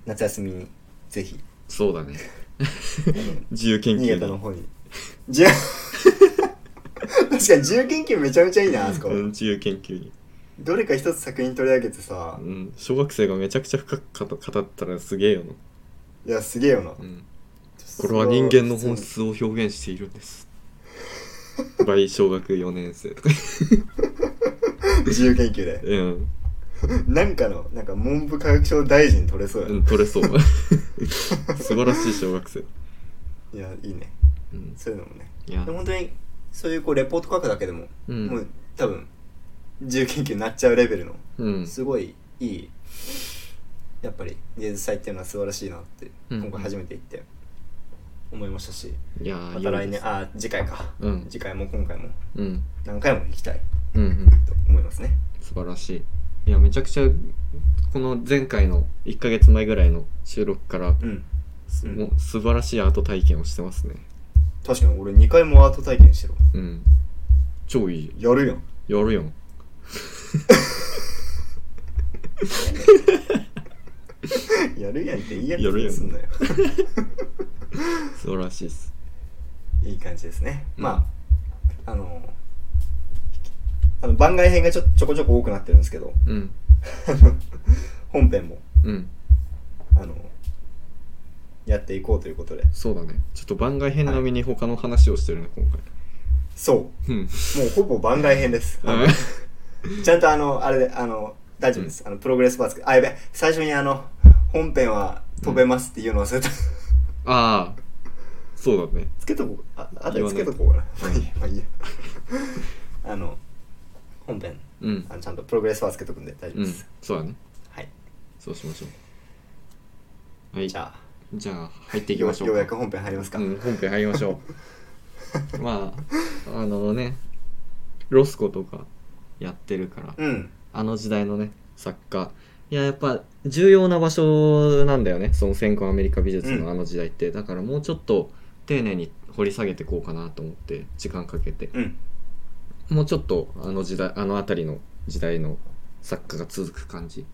Speaker 1: 夏休みにぜひ
Speaker 2: そうだね
Speaker 1: あの
Speaker 2: 自由研
Speaker 1: 新
Speaker 2: 究
Speaker 1: 潟の方にじゅ [laughs] 確かに自由研究めちゃめちゃいいなあそこ、
Speaker 2: うん、自由研究に、
Speaker 1: どれか一つ作品取り上げてさ
Speaker 2: うん、小学生がめちゃくちゃ深く語語ったらすげえよな、
Speaker 1: いやすげえよな
Speaker 2: うん、
Speaker 1: そ
Speaker 2: こ
Speaker 1: れ
Speaker 2: れは人間の本質を表現しているんです倍小学4年生とか
Speaker 1: 自由研究で
Speaker 2: うん、
Speaker 1: なんかのなんか文部科学省大臣取れそうや
Speaker 2: う
Speaker 1: な、
Speaker 2: ん、取れそう
Speaker 1: [laughs]
Speaker 2: 素晴らしい小学生、
Speaker 1: いやいいね
Speaker 2: うん、
Speaker 1: そういうのもね
Speaker 2: いや
Speaker 1: でも本当にそういうこうレポート書くだけでも、
Speaker 2: う、
Speaker 1: もうん多分自由研究になっちゃうレベルの
Speaker 2: うん、
Speaker 1: すごいいいやっぱり芸術祭っていうのは素晴らしいなって
Speaker 2: うん
Speaker 1: 今回初めて行って思いましたし、
Speaker 2: いや
Speaker 1: また来年あー次回か、
Speaker 2: うん
Speaker 1: 次回も今回も
Speaker 2: うん
Speaker 1: 何回も行きたい
Speaker 2: うんうん
Speaker 1: と思いますね
Speaker 2: 素晴らしいいやめちゃくちゃこの前回の1ヶ月前ぐらいの収録から、
Speaker 1: うん
Speaker 2: す
Speaker 1: うん
Speaker 2: もう素晴らしいアート体験をしてますね
Speaker 1: 確かに俺2回もアート体験してるわ
Speaker 2: うん超いい
Speaker 1: やるやん [laughs]
Speaker 2: やるよん
Speaker 1: やるやんって言いやつ
Speaker 2: やるやん
Speaker 1: すんなよ
Speaker 2: 素晴らしいっす
Speaker 1: いい感じですね、
Speaker 2: うん
Speaker 1: まああのあの番外編がちょちょこちょこ多くなってるんですけど
Speaker 2: うん
Speaker 1: あの本編も
Speaker 2: うん
Speaker 1: あのやっていこうということで
Speaker 2: そうだねちょっと番外編並みに他の話をしてるね、今回
Speaker 1: そう
Speaker 2: うん
Speaker 1: もうほぼ番外編ですあのちゃんとあのあれであの大丈夫です、あのプログレスバーツあやべ最初にあの本編は飛べますっていうの忘れた、
Speaker 2: ああそうだね
Speaker 1: つけとこうああ
Speaker 2: 言
Speaker 1: と
Speaker 2: わ
Speaker 1: つ
Speaker 2: ない
Speaker 1: けとこうかなまあいいやまあいいやあの本編
Speaker 2: うん
Speaker 1: あのちゃんとプログレスバーつけとくんで大丈夫
Speaker 2: う
Speaker 1: で
Speaker 2: ん
Speaker 1: す、
Speaker 2: そうだね
Speaker 1: はい
Speaker 2: そうしましょうはい
Speaker 1: じゃあ
Speaker 2: じゃあ入っていきましょう
Speaker 1: よ
Speaker 2: か
Speaker 1: うやく本編入りますか、
Speaker 2: うん、本編入りましょ
Speaker 1: [laughs]
Speaker 2: うまああのねロスコとかやってるから
Speaker 1: うん
Speaker 2: あの時代のね作家いややっぱ重要な場所なんだよねその戦後アメリカ美術
Speaker 1: うん
Speaker 2: のあの時代って、だからもうちょっと丁寧に掘り下げていこうかなと思って時間かけて
Speaker 1: うん
Speaker 2: もうちょっとあの時代あの辺りの時代の作家が続く感じ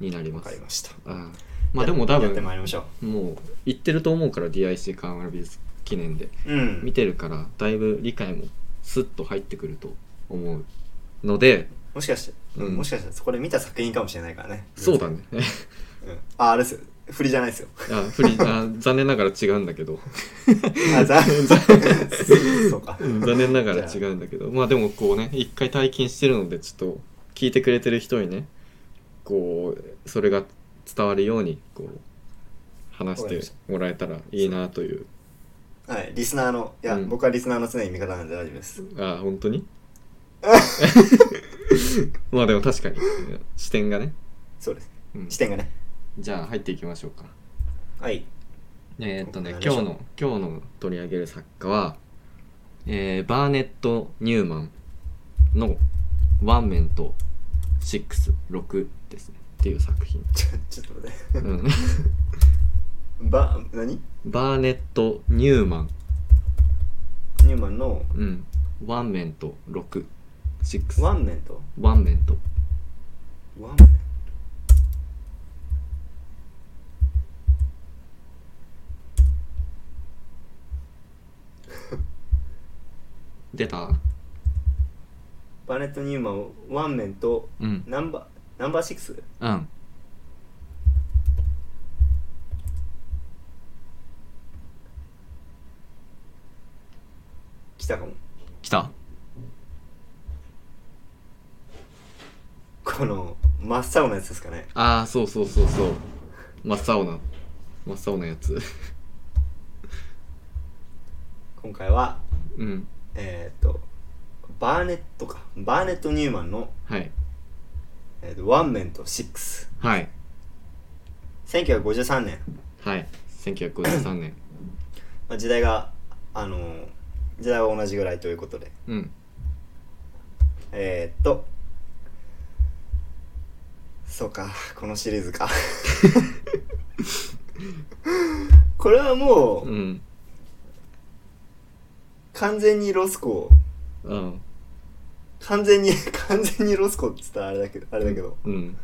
Speaker 2: になり
Speaker 1: わ
Speaker 2: ま
Speaker 1: かり
Speaker 2: す
Speaker 1: ました
Speaker 2: ああまあでも多
Speaker 1: やって
Speaker 2: 分
Speaker 1: まいりましょ
Speaker 2: もう行ってると思うから DIC 河村美術記念で
Speaker 1: ううん
Speaker 2: 見てるからだいぶ理解もスッと入ってくると思うので
Speaker 1: もしかして、
Speaker 2: うん
Speaker 1: もしかしてそこで見た作品かもしれないからね
Speaker 2: そうだね
Speaker 1: うんああれですよ振りじゃないですよ
Speaker 2: [laughs] あ不利あ残念ながら違うんだけど
Speaker 1: あざそうか
Speaker 2: うん残念ながら違うんだけどまあでもこうね一回体験してるのでちょっと聞いてくれてる人にねこうそれが伝わるようにこう話してもらえたらいいなという
Speaker 1: はいリスナーのいや、
Speaker 2: うん
Speaker 1: 僕はリスナーの常に味方なんで大丈夫です
Speaker 2: あ本当 [laughs] にまあでも確かに視点がね、
Speaker 1: そうです
Speaker 2: うん
Speaker 1: 視点がね
Speaker 2: じゃあ入っていきましょうか
Speaker 1: はい
Speaker 2: えーっとね
Speaker 1: 何でしょ
Speaker 2: 今
Speaker 1: う
Speaker 2: 日の今日の取り上げる作家は、えーバーネット・ニューマンの「ワンメント66」ですねっていう作品、
Speaker 1: ちょちょっと待って
Speaker 2: うん、
Speaker 1: ば何
Speaker 2: バーネット・ニューマン、
Speaker 1: ニューマンの
Speaker 2: うん、ワンメント6 6
Speaker 1: ワンメント
Speaker 2: ワンメント
Speaker 1: ワンメント
Speaker 2: 出た
Speaker 1: バネット・ニューマンワンメント
Speaker 2: うん
Speaker 1: ナンバナンバーシックス
Speaker 2: うん
Speaker 1: 来たかも
Speaker 2: 来た
Speaker 1: この真っ青なやつですかね
Speaker 2: ああそうそうそうそう真っ青な真っ青なやつ
Speaker 1: 今回は
Speaker 2: うん
Speaker 1: えーっとバーネットかバーネット・ニューマンの、
Speaker 2: はい
Speaker 1: えーっとワンメント6
Speaker 2: はい
Speaker 1: 1953年、
Speaker 2: はい1953年
Speaker 1: まあ、時代があのー時代は同じぐらいということで
Speaker 2: うん
Speaker 1: えー、っとそうかこのシリーズか [laughs] これはもう、
Speaker 2: うん
Speaker 1: 完全にロスコ
Speaker 2: うん
Speaker 1: 完全に完全にロスコっつったらあれだけどあれだけど
Speaker 2: うん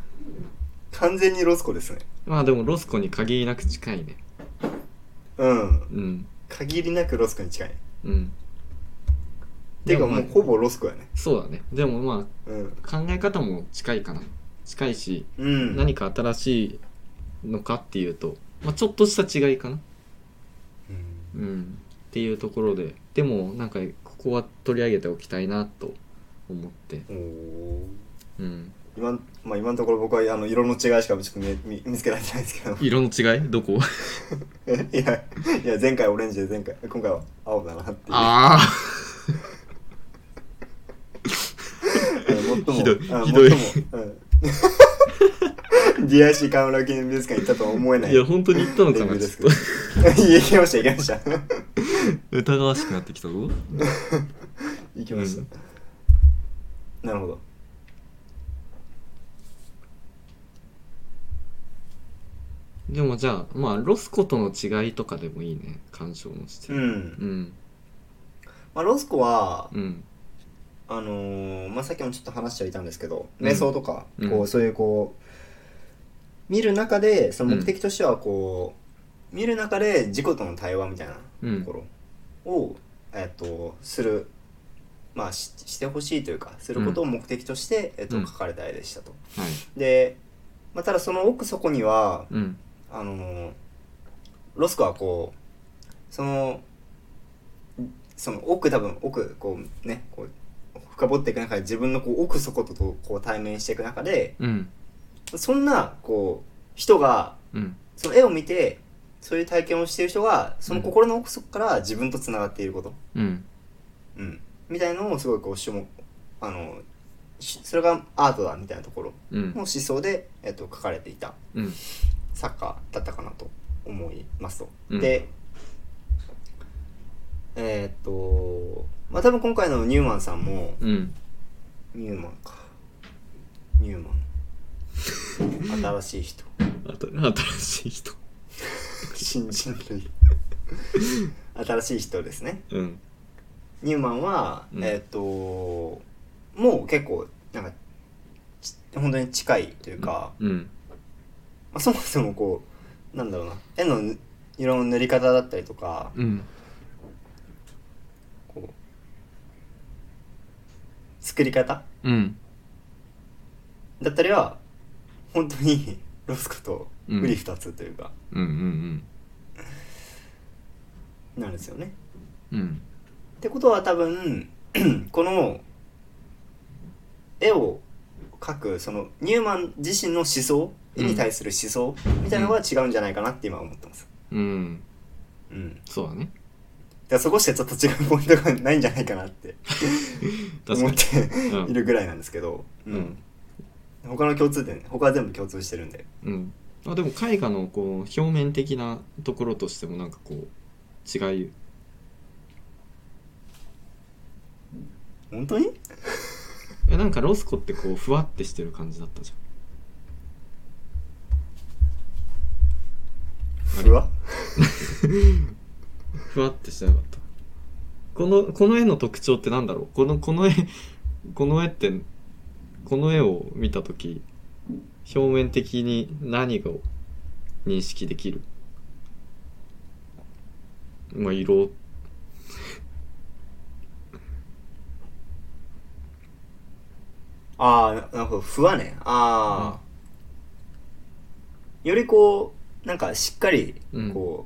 Speaker 1: 完全にロスコですね
Speaker 2: まあでもロスコに限りなく近いね
Speaker 1: うん
Speaker 2: うん
Speaker 1: 限りなくロスコに近い
Speaker 2: うん
Speaker 1: ていうかも
Speaker 2: でまあ
Speaker 1: うほぼロスコやね
Speaker 2: そうだねでもま
Speaker 1: うん
Speaker 2: あ考え方も近いかな近いし
Speaker 1: うん
Speaker 2: 何か新しいのかっていうと、まあ、ちょっとした違いかな、
Speaker 1: うん
Speaker 2: うん、っていうところででもなんかここは取り上げておきたいなと思って、
Speaker 1: おー
Speaker 2: うん、
Speaker 1: 今んまあ今のところ僕はあの色の違いしかちょっと見見見つけられてないですけど [laughs]
Speaker 2: 色の違いどこ
Speaker 1: いやいや前回オレンジで前回今回は青だなっていう
Speaker 2: あ
Speaker 1: うん最も
Speaker 2: ひどい
Speaker 1: うん
Speaker 2: ひどい
Speaker 1: 最もうん [laughs] ディアシー河村記念美術館行ったとは思え [laughs]
Speaker 2: あ
Speaker 1: ない
Speaker 2: いや本当に言ったのか
Speaker 1: レビュ
Speaker 2: な
Speaker 1: ー
Speaker 2: ち
Speaker 1: で
Speaker 2: ょっ
Speaker 1: すけどいや行きました行きました
Speaker 2: と疑わしくなってきたぞ
Speaker 1: 行きました、なるほど
Speaker 2: でもじゃあまあロスコとの違いとかでもいいね鑑賞のして
Speaker 1: うん、
Speaker 2: うん
Speaker 1: まあ、ロスコは
Speaker 2: うん
Speaker 1: あのーまあ、さっきもちょっと話しちゃいたんですけど
Speaker 2: うん
Speaker 1: 瞑想とか、
Speaker 2: うん
Speaker 1: こうそういうこう見る中でその目的としてはこう、見る中で自己との対話みたいな
Speaker 2: う
Speaker 1: と
Speaker 2: ん
Speaker 1: ころを、えっとするまあししてほしいというかすることを目的として、えっと
Speaker 2: うん
Speaker 1: 書かれた絵でしたと。
Speaker 2: はい
Speaker 1: で、まあ、ただその奥底には
Speaker 2: うん
Speaker 1: あのロスコはこうそのその奥多分奥こうねこう深掘っていく中で自分のこう奥底ととこう対面していく中で
Speaker 2: うん
Speaker 1: そんなこう人が
Speaker 2: うん
Speaker 1: その絵を見てそういう体験をしている人がその心の奥底から自分とつながっていること、
Speaker 2: うん
Speaker 1: うん、みたいなのをすごいこう主目あのしそれがアートだみたいなところ
Speaker 2: うん
Speaker 1: の思想で、えっと、書かれていた
Speaker 2: うん
Speaker 1: 作家だったかなと思いますと。
Speaker 2: うん
Speaker 1: でえーっとまあ多分今回のニューマンさんも
Speaker 2: うん
Speaker 1: ニューマンかニューマン新しい
Speaker 2: [laughs]
Speaker 1: 人
Speaker 2: あと新しい人
Speaker 1: 新人類新しい人ですね
Speaker 2: うん
Speaker 1: ニューマンは、
Speaker 2: うん
Speaker 1: えーっともう結構なんかち本当に近いというか、
Speaker 2: うん
Speaker 1: まあ、そもそもこうなんだろうな絵の色の塗り方だったりとか、
Speaker 2: うん
Speaker 1: こう作り方
Speaker 2: うん
Speaker 1: だったりは本当に [laughs] ロスコと
Speaker 2: うん
Speaker 1: 瓜二つというか、
Speaker 2: うんうん
Speaker 1: なんですよね。
Speaker 2: うんうん
Speaker 1: ってことは多分 [clears throat] この絵を描くそのニューマン自身の思想絵に対する思想みたいなのが違うんじゃないかなって今思ってます。
Speaker 2: うん
Speaker 1: うん、だか
Speaker 2: そうだね
Speaker 1: らそこしてちょっと違うポイントがないんじゃないかなって
Speaker 2: 確
Speaker 1: 思
Speaker 2: か
Speaker 1: っ
Speaker 2: に
Speaker 1: て
Speaker 2: う
Speaker 1: い
Speaker 2: ん
Speaker 1: るぐらいなんですけど、う
Speaker 2: うん
Speaker 1: ん、他の共通点他は全部共通してるんで。
Speaker 2: うんあでも絵画のこう表面的なところとしてもなんかこう違い
Speaker 1: 本当に
Speaker 2: えなんかロスコってこうふわってしてる感じだったじあれ
Speaker 1: うわ
Speaker 2: ゃんふわってしてなかったこのこの絵の特徴ってなんだろうこのこの絵この絵ってこの絵を見た時表面的に何を認識できるまあ色
Speaker 1: ああななるほど不はねああ、よりこうなんかしっかり
Speaker 2: うん
Speaker 1: こ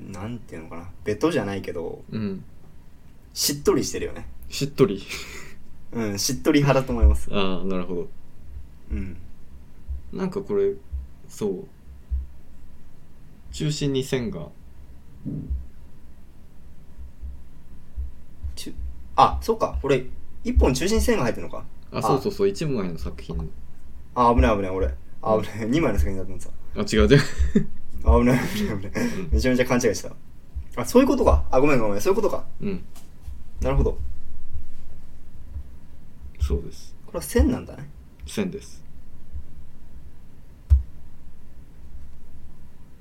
Speaker 1: う、なんていうのかなベトじゃないけど
Speaker 2: うん
Speaker 1: しっとりしてるよね
Speaker 2: しっとり [laughs]
Speaker 1: うんしっとり派だと思います
Speaker 2: ああなるほど
Speaker 1: うん
Speaker 2: なんかこれそう中心に線が
Speaker 1: ちゅあそうかこれ一本中心線が入ってるのか
Speaker 2: あ
Speaker 1: あ
Speaker 2: そうそうそう一枚の作品
Speaker 1: あ危ない危ない俺あ危ない2枚の作品 [laughs] だと思ってた
Speaker 2: あ違う違う
Speaker 1: あ危ない危ない危ないめちゃめちゃ勘違いしたあそういうことかあごめんごめんそういうことか
Speaker 2: うん
Speaker 1: なるほどこ
Speaker 2: そうです
Speaker 1: れは線なんだね
Speaker 2: 線です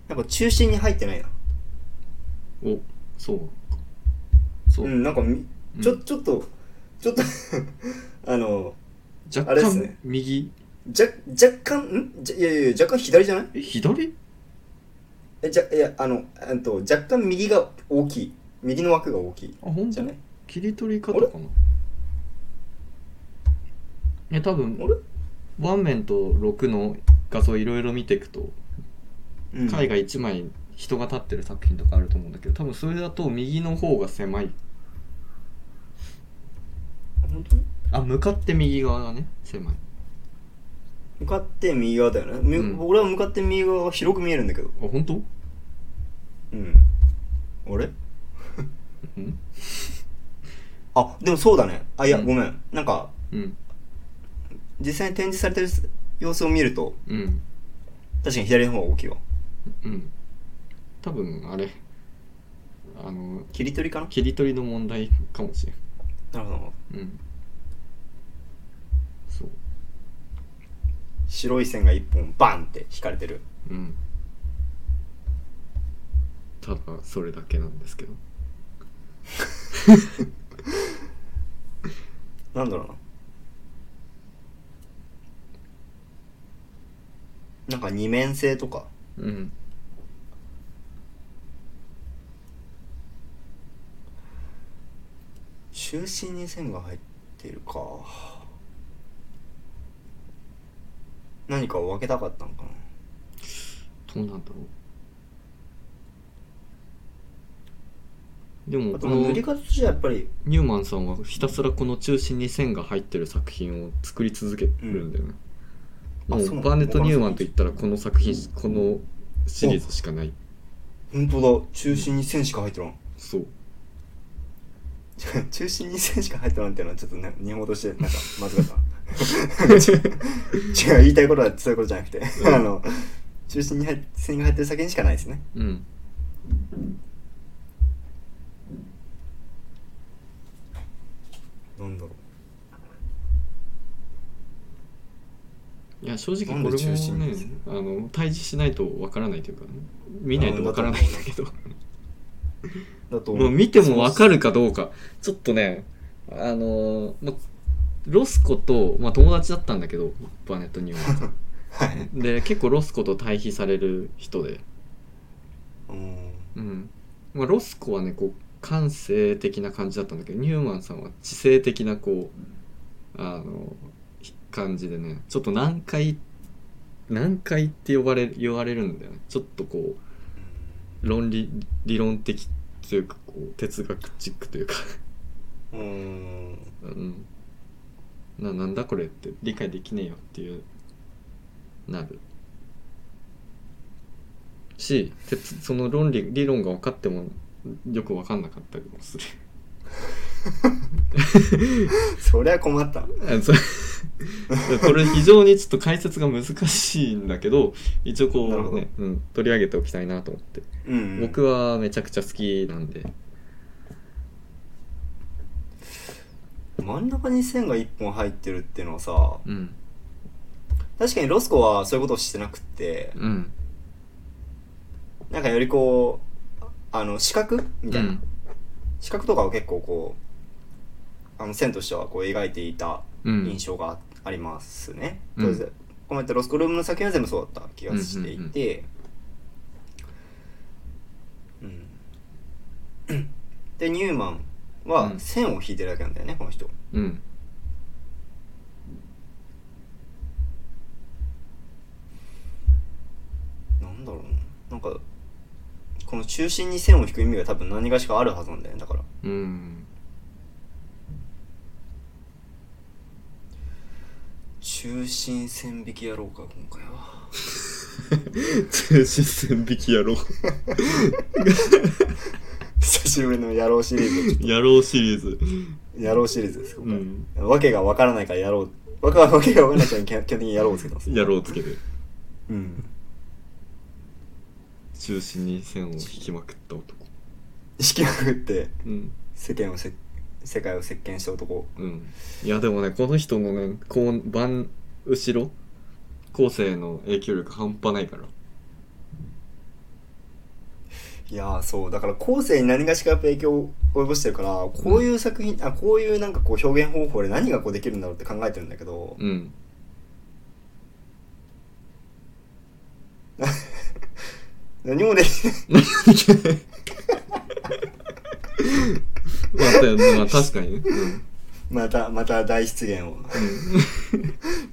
Speaker 1: なんか中心に入ってないな
Speaker 2: おそうなのかそうう、
Speaker 1: んなんかみ
Speaker 2: うん
Speaker 1: ちょちょっとちょっと [laughs] あのあ
Speaker 2: 若
Speaker 1: れっす
Speaker 2: 干
Speaker 1: ね
Speaker 2: 右
Speaker 1: じゃ若干んじゃいやいやいや若干左じゃない
Speaker 2: え左
Speaker 1: えじゃいやあのえっと若干右が大きい右の枠が大きい
Speaker 2: あ本
Speaker 1: じ
Speaker 2: 当
Speaker 1: ゃない
Speaker 2: 切り取り方
Speaker 1: あれ
Speaker 2: かなえ多分
Speaker 1: あれ
Speaker 2: ワンメンと6の画像いろいろ見ていくと
Speaker 1: うん
Speaker 2: 絵画1枚人が立ってる作品とかあると思うんだけど多分それだと右の方が狭い
Speaker 1: 本当に
Speaker 2: あ向かって右側がね狭い
Speaker 1: 向かって右側だよね、み
Speaker 2: うん
Speaker 1: 俺は向かって右側が広く見えるんだけど
Speaker 2: あ本当
Speaker 1: うんあれ
Speaker 2: うん
Speaker 1: あでもそうだねあいや、
Speaker 2: うん
Speaker 1: ごめんなんか
Speaker 2: うん
Speaker 1: 実際に展示されてる様子を見ると
Speaker 2: うん
Speaker 1: 確かに左の方が大きいわ
Speaker 2: うん多分あれあの
Speaker 1: 切り取りかな
Speaker 2: 切り取りの問題かもしれん
Speaker 1: なるほど
Speaker 2: うんそう
Speaker 1: 白い線が一本バンって引かれてる
Speaker 2: うんただそれだけなんですけど
Speaker 1: なんだろうななんか二面性とか
Speaker 2: うん
Speaker 1: 中心に線が入ってるか何かを分けたかったのかな
Speaker 2: どうなんだろうでも
Speaker 1: あ
Speaker 2: こと
Speaker 1: もう
Speaker 2: の
Speaker 1: 塗り方としてはやっぱり
Speaker 2: ニューマンさんはひたすらこの中心に線が入ってる作品を作り続けるんだよね、
Speaker 1: うんあ
Speaker 2: も
Speaker 1: そう
Speaker 2: う
Speaker 1: なの
Speaker 2: バーネット・ニューマンといったらこの作品このシリーズしかない
Speaker 1: 本当だ中心に線しか入ってらん [laughs]
Speaker 2: そう
Speaker 1: 中心に線しか入ってらんっていうのはちょっとね日本語としてなんかまずか
Speaker 2: [laughs]
Speaker 1: ったな違う言いたいことはそういうことじゃなくて、
Speaker 2: ん
Speaker 1: あの中心に入っ線が入ってる先にしかないですね
Speaker 2: うん
Speaker 1: なんだろ
Speaker 2: いや正直
Speaker 1: なん
Speaker 2: こ
Speaker 1: で
Speaker 2: れも
Speaker 1: 中心
Speaker 2: ね
Speaker 1: に線
Speaker 2: あの対峙しないとわからないというか、ね、見ないとわからないんだけど
Speaker 1: うだと
Speaker 2: もう見てもわかるかどうかちょっとねあのーま、ロスコと、まあ、友達だったんだけどバーネット・ニューマンさん
Speaker 1: [laughs] はい
Speaker 2: で結構ロスコと対比される人で
Speaker 1: うん
Speaker 2: うんまあ、ロスコはねこう感性的な感じだったんだけどニューマンさんは知性的なこうあのひ感じでねちょっと難解難解って呼ばれ言われるんだよねちょっとこう論理理論的というかこう哲学チックというか、
Speaker 1: うん
Speaker 2: うん、ななんだこれって理解できねえよっていうなるし哲その論理理論が分かってもよく分かんなかったりもする。
Speaker 1: そりゃ困った
Speaker 2: あそう [laughs] これ非常にちょっと解説が難しいんだけど一応こ
Speaker 1: なるほ
Speaker 2: う
Speaker 1: ど
Speaker 2: ね、うん、取り上げておきたいなと思って、
Speaker 1: うん
Speaker 2: 僕はめちゃくちゃ好きなんで
Speaker 1: 真ん中に線が一本入ってるっていうのはさ
Speaker 2: うん
Speaker 1: 確かにロスコはそういうことをしてなくって
Speaker 2: うん
Speaker 1: なんかよりこうあの四角み
Speaker 2: う
Speaker 1: たいな、
Speaker 2: ん
Speaker 1: 四角とかを結構こうあの線としてはこう描いていた
Speaker 2: うん
Speaker 1: 印象がありますね。
Speaker 2: う
Speaker 1: 当
Speaker 2: ん
Speaker 1: 然このやったロスコルームの作品は全部そうだった気がしていて、うんでニューマンは
Speaker 2: うん
Speaker 1: 線を引いてるだけなんだよねこの人。
Speaker 2: うん
Speaker 1: なんだろうななんかこの中心に線を引く意味が多分何がしかあるはずなんだよねだから。
Speaker 2: うん [laughs]
Speaker 1: 中心線引きやろうか今回は。
Speaker 2: 中心線引き野郎 [laughs]
Speaker 1: 久しぶりの野郎シリーズ。
Speaker 2: 野郎シリーズ
Speaker 1: 野郎シリーズです、今回
Speaker 2: うん
Speaker 1: わけがわからないからやろう。わけがわけがわからないから基本的にやろうって言ってます。
Speaker 2: 野郎つけて
Speaker 1: うん。
Speaker 2: 中心に線を引きまくった男
Speaker 1: 意識がくって
Speaker 2: うん
Speaker 1: 世間をせ世界を席巻した男。
Speaker 2: うんいやでもねこの人のねこう番後ろ後世の影響力半端ないから
Speaker 1: いやーそう。だから後世に何がしかやっぱ影響を及ぼしてるから、こういう作品、あ、こういうなんかこう表現方法で何がこうできるんだろうって考えてるんだけど、
Speaker 2: うん
Speaker 1: [laughs] 何もできない。
Speaker 2: まあたまあ確かにねうん
Speaker 1: また、また大失言を。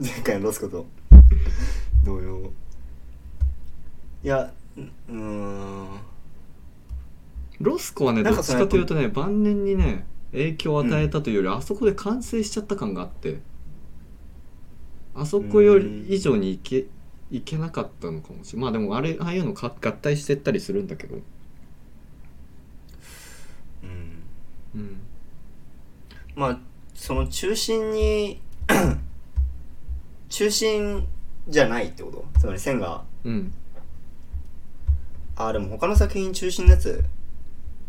Speaker 1: 前回のロスコと同様。いや、ううーん。
Speaker 2: ロスコはね
Speaker 1: な
Speaker 2: ど
Speaker 1: ん
Speaker 2: っ
Speaker 1: か
Speaker 2: ち
Speaker 1: それ
Speaker 2: かというとね晩年にね影響を与えたというより、あそこで完成しちゃった感があってあそこより以上にいけいけなかったのかもしれないまあでもあれああいうのか合体してったりするんだけど
Speaker 1: うん。
Speaker 2: うん
Speaker 1: まあその中心に [clears throat] 中心じゃないってことつまり線が
Speaker 2: うん
Speaker 1: あでも他の作品中心のやつ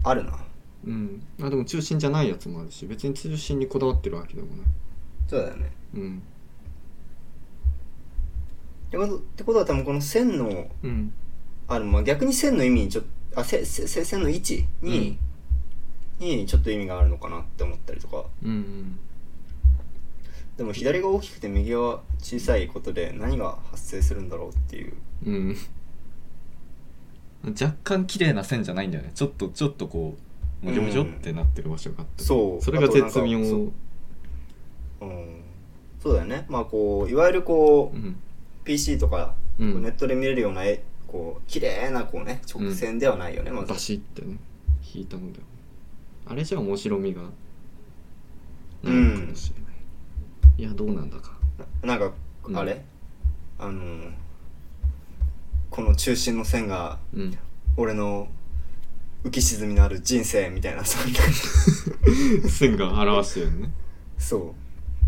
Speaker 1: あるな
Speaker 2: うんあでも中心じゃないやつもあるし別に中心にこだわってるわけでもない
Speaker 1: そうだよね
Speaker 2: うん
Speaker 1: ってことってことは多分この線の
Speaker 2: うん
Speaker 1: あでもまあ逆に線の意味にちょっとあせせせ線の位置に、にちょっと意味があるのかなって思ったりとか
Speaker 2: うん
Speaker 1: でも左が大きくて右は小さいことで何が発生するんだろうっていう
Speaker 2: うん若干綺麗な線じゃないんだよねちょっとちょっとこうもじょもじょってなってる場所があって、
Speaker 1: そう
Speaker 2: それが絶妙
Speaker 1: あとなんかうんそうだよねまあこういわゆるこ
Speaker 2: う
Speaker 1: う、
Speaker 2: ん
Speaker 1: PC とか
Speaker 2: う
Speaker 1: こうネ
Speaker 2: ん
Speaker 1: ットで見れるような絵こう綺麗なこうね直線ではないよね、まず
Speaker 2: バシってね引いたのであれじゃ面白みがないのかもしれない、いやどうなんだか
Speaker 1: なんか
Speaker 2: うん
Speaker 1: あれ、あのーこの中心の線が
Speaker 2: うん [laughs]
Speaker 1: 俺の浮き沈みのある人生みたいなそんな
Speaker 2: 線が表してるね
Speaker 1: そ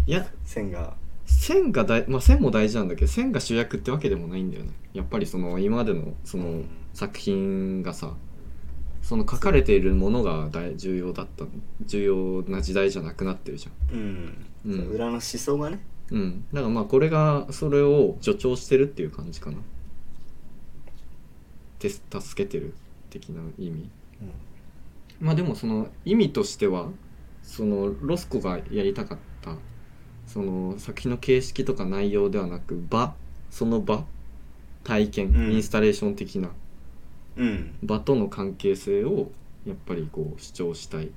Speaker 1: う
Speaker 2: いや
Speaker 1: 線が
Speaker 2: 線が大、まあ、線も大事なんだけど線が主役ってわけでもないんだよねやっぱりその今までのその作品がさその書かれているものが大重要だった重要な時代じゃなくなってるじゃん
Speaker 1: うん、
Speaker 2: うん
Speaker 1: そう裏の思想がね
Speaker 2: うんだからまあこれがそれを助長してるっていう感じかなて助けてる的な意味まあでもその意味としてはそのロスコがやりたかったその作品の形式とか内容ではなく場その場体験、
Speaker 1: うん
Speaker 2: インスタレーション的な
Speaker 1: うん
Speaker 2: 場との関係性をやっぱりこう主張したい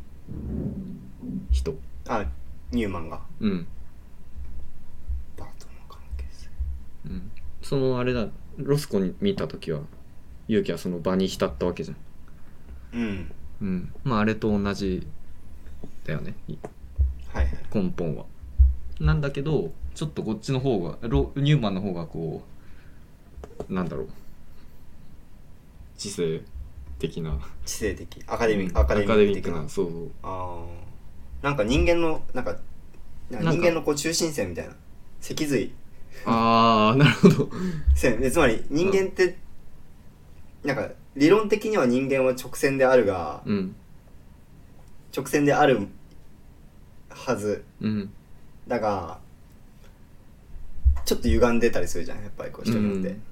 Speaker 2: 人
Speaker 1: あニューマンが
Speaker 2: うん
Speaker 1: バーとの関係性
Speaker 2: うんそのあれだロスコに見た時は勇気はその場に浸ったわけじゃん
Speaker 1: うん
Speaker 2: うんまああれと同じだよねい
Speaker 1: はいはい
Speaker 2: 根本はなんだけどちょっとこっちの方がロニューマンの方がこうなんだろう知性的な
Speaker 1: 知性的アカデミック、
Speaker 2: うん
Speaker 1: アカデミック的
Speaker 2: アカ
Speaker 1: な
Speaker 2: デミそうそう
Speaker 1: あーなんか人間のなんかなんか人間のこう中心線みたいな脊髄
Speaker 2: ああなるほど
Speaker 1: 線でつまり人間って、なんか理論的には人間は直線であるが
Speaker 2: うん
Speaker 1: 直線であるはず
Speaker 2: うん
Speaker 1: だがちょっと歪んでたりするじゃんやっぱりこう人によって、
Speaker 2: うん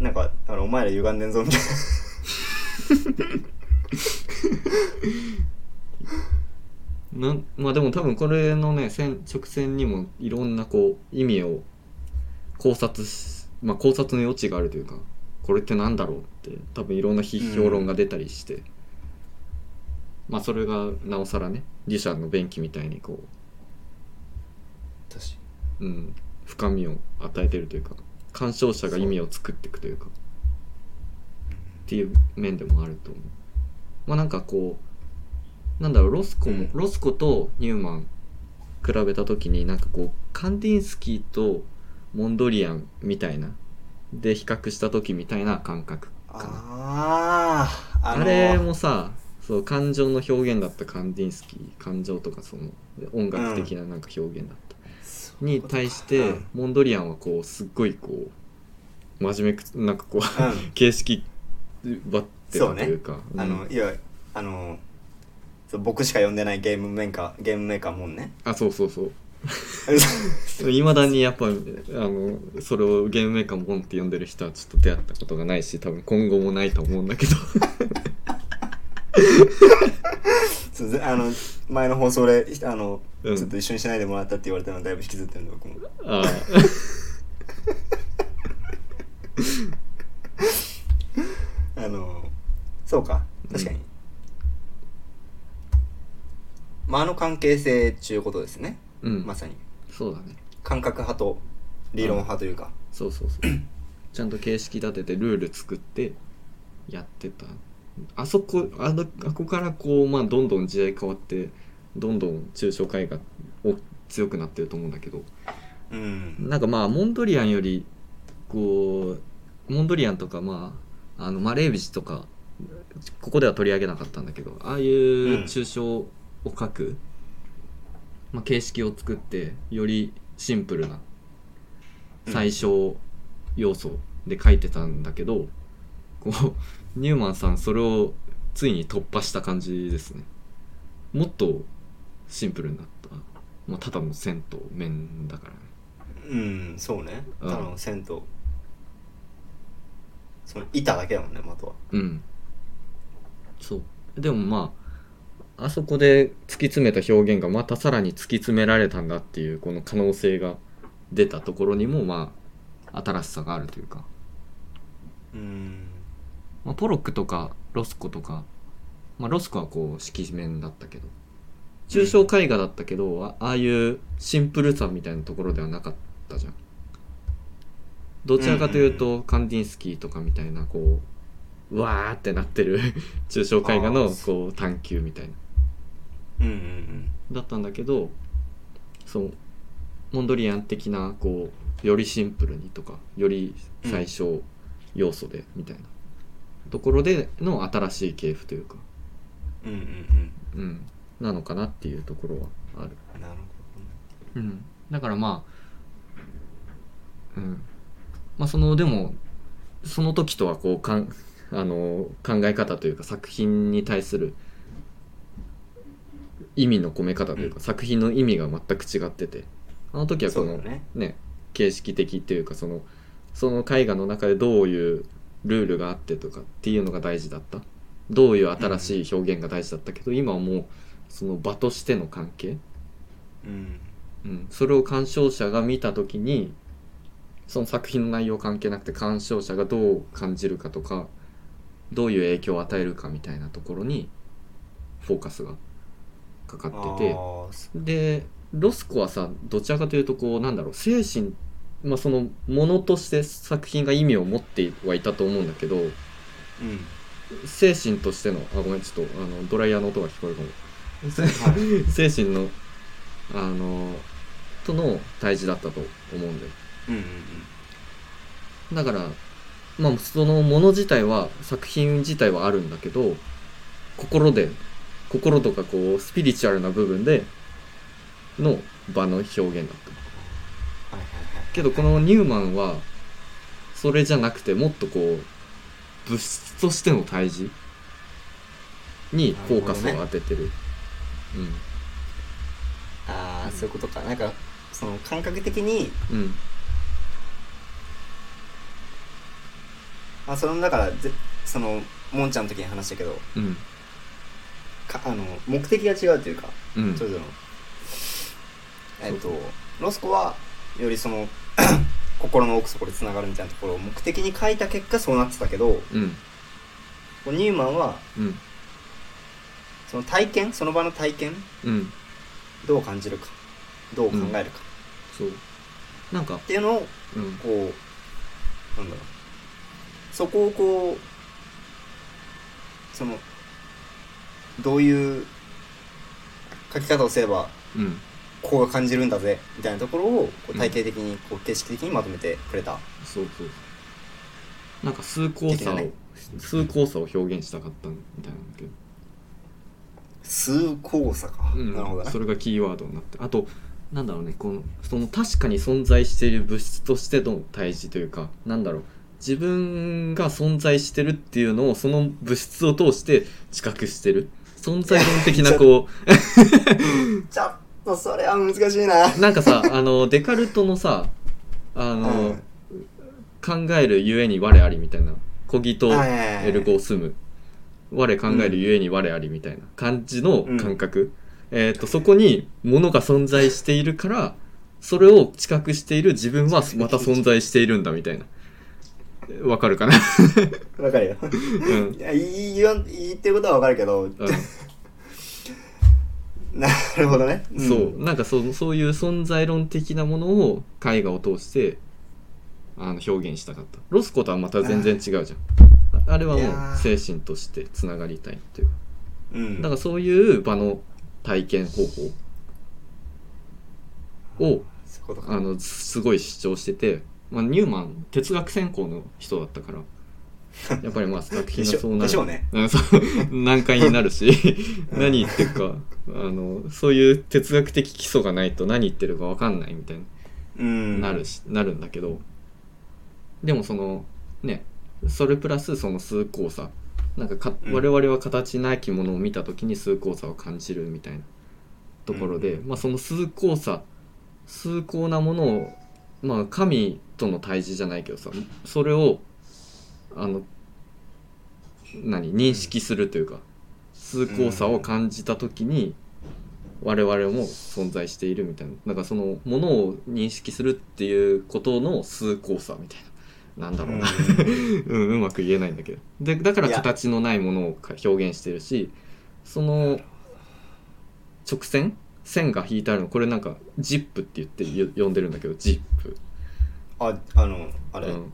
Speaker 1: なんかあのお前ら歪んでんぞみたいな
Speaker 2: なんまあでも多分これのね線直線にもいろんなこう意味を考察し、まあ、考察の余地があるというかこれってなんだろうって多分いろんな批評論が出たりして、まあそれがなおさらね自社の便器みたいにこ
Speaker 1: 確か
Speaker 2: う、うん、深みを与えてるというか鑑賞者が意味を作っていくというかっていう面でもあると思う。まあなんかこうなんだろうロスコも、
Speaker 1: うん
Speaker 2: ロスコとニューマン比べた時になんかこうカンディンスキーとモンドリアンみたいなで比較した時みたいな感覚かな。
Speaker 1: あああ
Speaker 2: あ
Speaker 1: の
Speaker 2: れもさそう感情の表現だったカンディンスキー感情とかその音楽的ななんか表現だった、
Speaker 1: そうい
Speaker 2: に
Speaker 1: うことか
Speaker 2: 対して、
Speaker 1: うん
Speaker 2: モンドリアンはこうすっごいこう真面目くなんかこう
Speaker 1: うん
Speaker 2: 形式ばってたというかうん
Speaker 1: あのいやあのそう僕しか呼んでないゲームメーカーゲームメーカーもんね [laughs]
Speaker 2: あそうそうそういまだにやっぱあのそれをゲームメーカーボンって呼んでる人はちょっと出会ったことがないし多分今後もないと思うん
Speaker 1: [laughs]
Speaker 2: だけど
Speaker 1: そうぜあの前の放送であの、
Speaker 2: うん
Speaker 1: ちょっと一緒にしないでもらったって言われたのだいぶ引きずってるんで僕も
Speaker 2: ああ
Speaker 1: あのそうか確かに、
Speaker 2: うん
Speaker 1: まああの関係性っちゅうことですね、
Speaker 2: うん、
Speaker 1: まさに
Speaker 2: そうだね
Speaker 1: 感覚派と理論派というか、
Speaker 2: そうそうそうちゃんと形式立ててルール作ってやってたあそこあのあこからこう、まあ、どんどん時代変わってどんどん中小会がお強くなってると思うんだけど
Speaker 1: うん
Speaker 2: なんかまあモンドリアンよりこうモンドリアンとかまああのマレービジとかここでは取り上げなかったんだけどああいうん抽象を書く、まあ、形式を作ってよりシンプルな
Speaker 1: うん
Speaker 2: 最小要素で書いてたんだけど、こうニューマンさんそれをついに突破した感じですねもっとシンプルになった、まあ、ただの銭湯面だからね
Speaker 1: うんそうね
Speaker 2: うん
Speaker 1: ただの銭湯その板だけだもんねあとは
Speaker 2: うんそうでもまああそこで突き詰めた表現がまたさらに突き詰められたんだっていうこの可能性が出たところにもまあ新しさがあるというか、
Speaker 1: うん
Speaker 2: まあ、ポロックとかロスコとか、まあ、ロスコはこう色紙面だったけど抽象絵画だったけど、あああいうシンプルさみたいなところではなかったじゃんどちらかというと、カンディンスキーとかみたいなこううわーってなってる [laughs] 抽象絵画
Speaker 1: あ
Speaker 2: の
Speaker 1: ー
Speaker 2: こう探求みたいな
Speaker 1: うんうん
Speaker 2: だったんだけどそうモンドリアン的なこうよりシンプルにとかより最小要素でみたいなところでの新しい系譜というか、
Speaker 1: うんうんうん
Speaker 2: うん、なのかなっていうところはある、
Speaker 1: うんなるほ
Speaker 2: うん、だからまあうんまあそのでもその時とはこうかんあの考え方というか作品に対する意味の込め方というか、
Speaker 1: うん
Speaker 2: 作品の意味が全く違っててあの時
Speaker 1: ど
Speaker 2: はこ
Speaker 1: そうだ
Speaker 2: の
Speaker 1: ね
Speaker 2: ね形式的というかそのその絵画の中でどういうルールがあってとかっていうのが大事だったどういう新しい表現が大事だったけど、今はもうその場としての関係、
Speaker 1: うん
Speaker 2: うん、それを鑑賞者が見た時にその作品の内容関係なくて鑑賞者がどう感じるかとかどういう影響を与えるかみたいなところにフォーカスがかか
Speaker 1: あ
Speaker 2: ってて。
Speaker 1: ーそ
Speaker 2: でロスコはさどちらかというとこうなんだろう精神まあそのものとして作品が意味を持ってはいたと思うんだけど
Speaker 1: うん
Speaker 2: 精神としてのあごめんちょっとあのドライヤーの音が聞こえるかも
Speaker 1: はい
Speaker 2: 精神のあのとの対峙だったと思うんだよ
Speaker 1: うんうん
Speaker 2: だからまあそのもの自体は作品自体はあるんだけど心で心とかこうスピリチュアルな部分での場の表現だった
Speaker 1: はいはいはい
Speaker 2: けどこのニューマンはそれじゃなくてもっとこう物質としての対峙にフォーカスを当ててる
Speaker 1: ああそういうことかなんかその感覚的に
Speaker 2: うんうん
Speaker 1: あそのだからぜそのもんちゃんの時に話したけど
Speaker 2: うん
Speaker 1: かあの目的が違うというか
Speaker 2: うん
Speaker 1: それぞれの、えっとロスコはよりその [coughs] 心の奥底でつながるみたいなところを目的に書いた結果そうなってたけど
Speaker 2: うん
Speaker 1: ニューマンは
Speaker 2: うん
Speaker 1: その体験その場の体験
Speaker 2: うん
Speaker 1: どう感じるかどう考えるか、
Speaker 2: そうなんか
Speaker 1: っていうのを
Speaker 2: うん
Speaker 1: こうなんだろうそこをこうそのどういう書き方をすれば
Speaker 2: うん
Speaker 1: こう感じるんだぜみたいなところをこ
Speaker 2: う
Speaker 1: うん体系的にこう形式的にまとめてくれた、
Speaker 2: そうそうなんか崇高さを、
Speaker 1: 的なね
Speaker 2: 崇高さを表現したかったみたいなんだけど
Speaker 1: 崇高さか、
Speaker 2: うん
Speaker 1: なるほどね
Speaker 2: それがキーワードになってあとなんだろうねこのその確かに存在している物質としての対峙というかなんだろう自分が存在してるっていうのをその物質を通して知覚してる存在論的なこ
Speaker 1: ちょっとそれは難しいな [laughs]
Speaker 2: うなんかさ [laughs] あのデカルトのさあ
Speaker 1: う
Speaker 2: の
Speaker 1: ん、
Speaker 2: 考えるゆえに我ありみたいなコギと
Speaker 1: はいはいはい
Speaker 2: エルゴスム我考えるゆえに我ありみたいな感じの感覚、えっ、とそこに物が存在しているからそれを知覚している自分はまた存在しているんだみたいなわかる
Speaker 1: [laughs]
Speaker 2: かな
Speaker 1: わかるよ [laughs]
Speaker 2: うん
Speaker 1: いやいい言わん言ってることはわかるけど
Speaker 2: あ
Speaker 1: なるほどね、
Speaker 2: の
Speaker 1: ん
Speaker 2: そうなんかそうそういう存在論的なものを絵画を通してあの表現したかったロスコとはまた全然違うじゃんああれはも
Speaker 1: いやー
Speaker 2: う精神としてつながりたいっていう
Speaker 1: うん
Speaker 2: だからそういう場の体験方
Speaker 1: そ
Speaker 2: 法を
Speaker 1: ういうことか
Speaker 2: あのすごい主張してて、まあ、ニューマン哲学専攻の人だっ
Speaker 1: [laughs]
Speaker 2: たからやっぱりまあ作
Speaker 1: で
Speaker 2: 品
Speaker 1: し
Speaker 2: が
Speaker 1: ょ
Speaker 2: そうな
Speaker 1: でしょう
Speaker 2: る
Speaker 1: ね
Speaker 2: うんそう難解にな
Speaker 1: [laughs]
Speaker 2: るし何言ってるかあのそういう哲学的基礎がないと何言ってるか分かんないみたいに
Speaker 1: うん
Speaker 2: なるし、なるんだけどでもそのねそれプラスその崇高さなんかか、
Speaker 1: うん
Speaker 2: 我々は形なきものを見た時に崇高さを感じるみたいなところで、まあ、その崇高さ崇高なものを、まあ、神との対峙じゃないけどさそれをあの何認識するというか崇高さを感じた時に、我々も存在しているみたいななんかそのものを認識するっていうことの崇高さみたいななんだろうな、 [laughs] うんうまく言えないんだけどでだから
Speaker 1: いや
Speaker 2: 形のないものをか表現してるしその直線線が引いてあるのこれなんか「ジップ」って言ってよ呼んでるんだけど「ジップ」
Speaker 1: ああのあれ、
Speaker 2: うん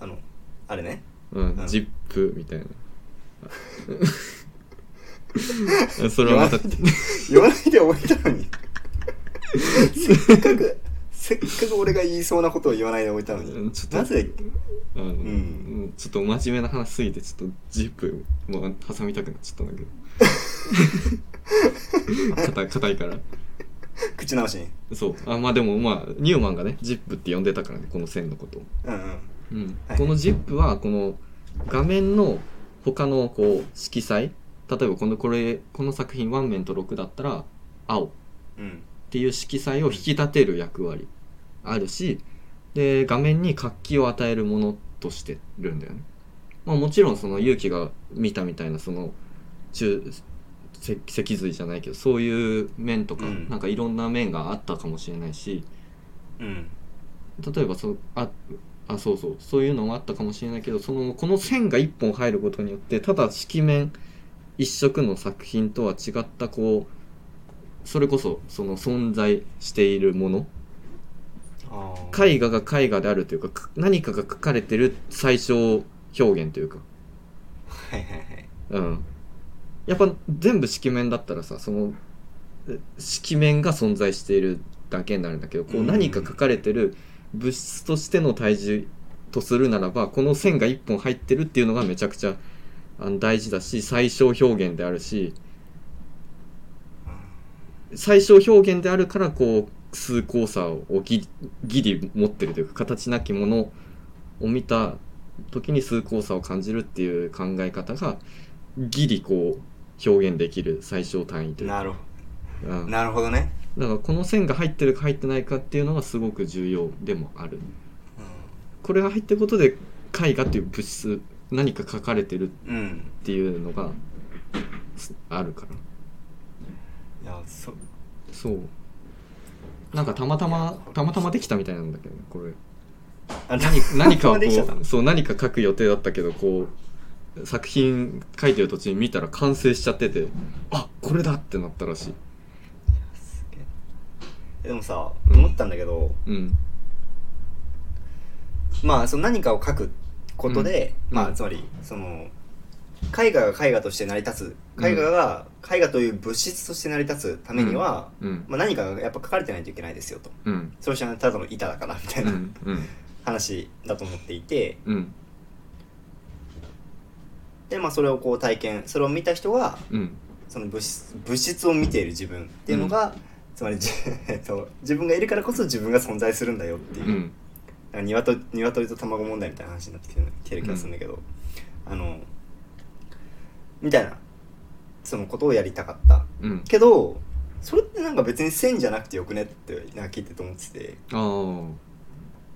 Speaker 1: あのあれね
Speaker 2: うん
Speaker 1: う、ん
Speaker 2: ジップ
Speaker 1: [laughs]
Speaker 2: みたいなそれはまた
Speaker 1: 言わないで終えたのにせっかくせっかく俺が言いそうなことを言わないで終えたの
Speaker 2: う
Speaker 1: に
Speaker 2: ん [laughs] ちょっと
Speaker 1: なぜ
Speaker 2: あの、うんん、ちょっと真面目な話すぎてちょっとジップも挟みたくなっちゃったんだけど硬い硬いから
Speaker 1: 口直しに
Speaker 2: そうあまあでもまあニューマンがねジップって呼んでたからねこの線のことを、
Speaker 1: うんうん
Speaker 2: うん
Speaker 1: はい
Speaker 2: このジップはこの画面の他のこう色彩例えばこのこれこの作品「ワンメンと6」だったら青
Speaker 1: うん
Speaker 2: っていう色彩を引き立てる役割あるしで画面に活気を与えるものとしてるんだよね、まあ、もちろんその勇気が見たみたいなその中脊脊髄じゃないけどそういう面とか、
Speaker 1: うん
Speaker 2: なんかいろんな面があったかもしれないし
Speaker 1: うん
Speaker 2: 例えばそうああそうそうそういうのもあったかもしれないけどそのこの線が1本入ることによってただ色面一色の作品とは違ったこうそれこそその存在しているもの
Speaker 1: あー
Speaker 2: 絵画が絵画であるというかか何かが描かれてる最小表現というか、
Speaker 1: はいはいはい
Speaker 2: うん、やっぱ全部色面だったらさそのえ色面が存在しているだけになるんだけどこ
Speaker 1: う
Speaker 2: うん何か描かれてる物質としての体重とするならばこの線が1本入ってるっていうのがめちゃくちゃあの大事だし最小表現であるし最小表現であるからこう崇高さをギギリ持ってるというか形なきものを見た時に崇高さを感じるっていう考え方がギリこう表現できる最小単位というか、
Speaker 1: なるほ
Speaker 2: うん、だか
Speaker 1: なるほどね、
Speaker 2: らこの線が入ってるか入ってないかっていうのがすごく重要でもあるこれが入ってることで絵画っていう物質何か書かれてるっ
Speaker 1: うん、うん
Speaker 2: ていうのがあるから
Speaker 1: いやそ
Speaker 2: そうなんかたまたまたまたまできたみたいなんだけどねこれ
Speaker 1: あ
Speaker 2: 何何かを
Speaker 1: [laughs]
Speaker 2: こ
Speaker 1: できちゃったの
Speaker 2: うそう何か書く予定だったけどこう作品書いてる途中に見たら完成しちゃっててあこれだってなったらしい
Speaker 1: すげええでもさ
Speaker 2: うん
Speaker 1: 思ったんだけど、
Speaker 2: うん
Speaker 1: まあその何かを書くことで、
Speaker 2: うん
Speaker 1: ま
Speaker 2: う
Speaker 1: あ
Speaker 2: ん
Speaker 1: つまりその絵画が絵画として成り立つ絵画が、絵画という物質として成り立つためには、
Speaker 2: うん
Speaker 1: まあ、何かがやっぱ書かれてないといけないですよと
Speaker 2: うん
Speaker 1: それじゃただの板だからみた
Speaker 2: う
Speaker 1: いな、
Speaker 2: んうん
Speaker 1: 話だと思っていて
Speaker 2: うん
Speaker 1: でまあそれをこう体験それを見た人が
Speaker 2: うん
Speaker 1: その物質物質を見ている自分っていうのが、つまりじ、えっと、自分がいるからこそ自分が存在するんだよっていうう、
Speaker 2: ん
Speaker 1: なんか鶏鶏と卵問題みたいな話になってきてるきてる気がするんだけど、あのみたいなそのことをやりたかった
Speaker 2: うん
Speaker 1: けどそれってなんか別に線じゃなくてよくねってなんか聞いてて思ってて。
Speaker 2: あ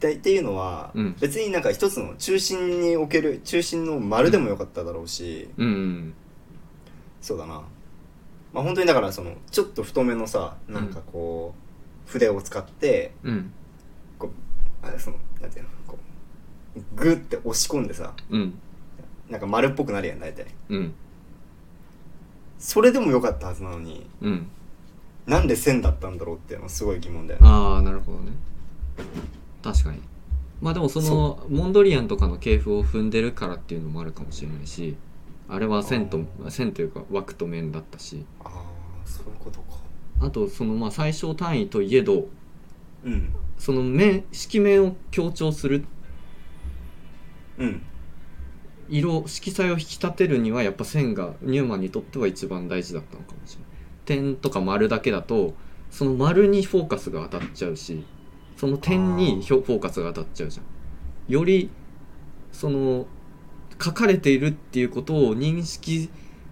Speaker 2: あ
Speaker 1: でっていうのは、
Speaker 2: うん
Speaker 1: 別になんか一つの中心における中心の丸でもよかっただろうし、
Speaker 2: うん
Speaker 1: そうだなまあ本当にだからそのちょっと太めのさなんかこう、筆を使って
Speaker 2: うん
Speaker 1: こうあそのなんていうのこうグッて押し込んでさ
Speaker 2: うん
Speaker 1: なんか丸っぽくなるやん大体
Speaker 2: うん
Speaker 1: それでもよかったはずなのに
Speaker 2: うん
Speaker 1: なんで線だったんだろうっていうのはすごい疑問だよね
Speaker 2: ああなるほどね確かにまあでもそのモンドリアンとかの系譜を踏んでるからっていうのもあるかもしれないしあれは線と
Speaker 1: あー
Speaker 2: 線というか枠と面だったし
Speaker 1: ああそういうことか
Speaker 2: あとそのまあ最小単位といえど
Speaker 1: うん
Speaker 2: その面色面を強調する
Speaker 1: うん
Speaker 2: 色色彩を引き立てるにはやっぱ線がニューマンにとっては一番大事だったのかもしれない点とか丸だけだとその丸にフォーカスが当たっちゃうしその点にひょフォーカスが当たっちゃうじゃんよりその書かれているっていうことを認識